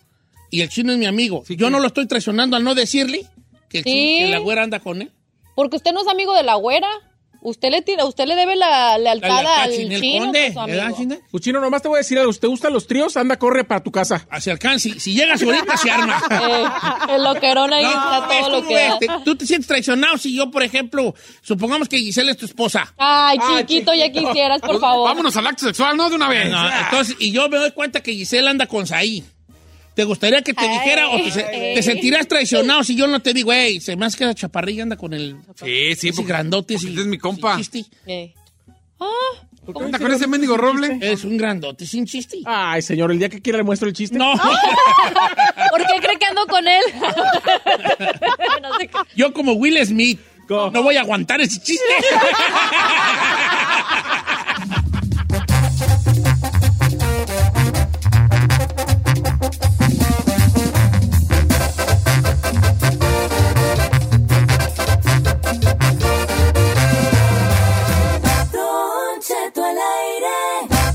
A: Y el chino es mi amigo. yo no lo estoy traicionando al no decirle que, el
D: Sí.
A: chino- que la güera anda con él.
D: Porque usted no es amigo de la güera. Usted le tira, usted le debe la lealtad,
A: La lealtad,
D: al
A: Chinel
D: chino.
A: Conde,
D: que es su amigo.
A: ¿verdad, Chinel?
B: Pues chino, nomás te voy a decir algo. Si te gustan los tríos, anda, corre para tu casa.
A: Hacia alcance. Si, si llegas ahorita, se arma.
D: [LAUGHS] Eh, el loquerón
A: [LAUGHS]
D: ahí está
A: ves,
D: todo lo
A: ¿cómo
D: que
A: ves?
D: da.
A: Te- este, Tú te sientes traicionado si yo, por ejemplo, supongamos que Giselle es tu esposa.
D: Ay, chiquito, ya quisieras, por favor.
C: Pues, Vámonos al acto sexual, ¿no? De una vez.
A: No, entonces, y yo me doy cuenta que Giselle anda con Saí. ¿Te gustaría que te dijera o te, se-
D: ay. eh.
A: te sentirás traicionado si yo no te digo, hey, se me hace que la chaparrilla anda con el
C: Sí, sí, porque
A: grandote.
C: Este es mi compa.
D: Eh. Ah, ¿cómo
C: anda
D: se
C: con
D: llama?
C: ese mendigo roble?
A: Es un grandote sin chiste.
D: Ah.
B: Ay, señor, el día que quiera le muestro el chiste.
A: No.
D: ¿Por qué cree que ando con él? No sé qué.
A: [LAUGHS] Yo como Will Smith no voy a aguantar ese chiste.
D: [LAUGHS]
F: Don Cheto al aire.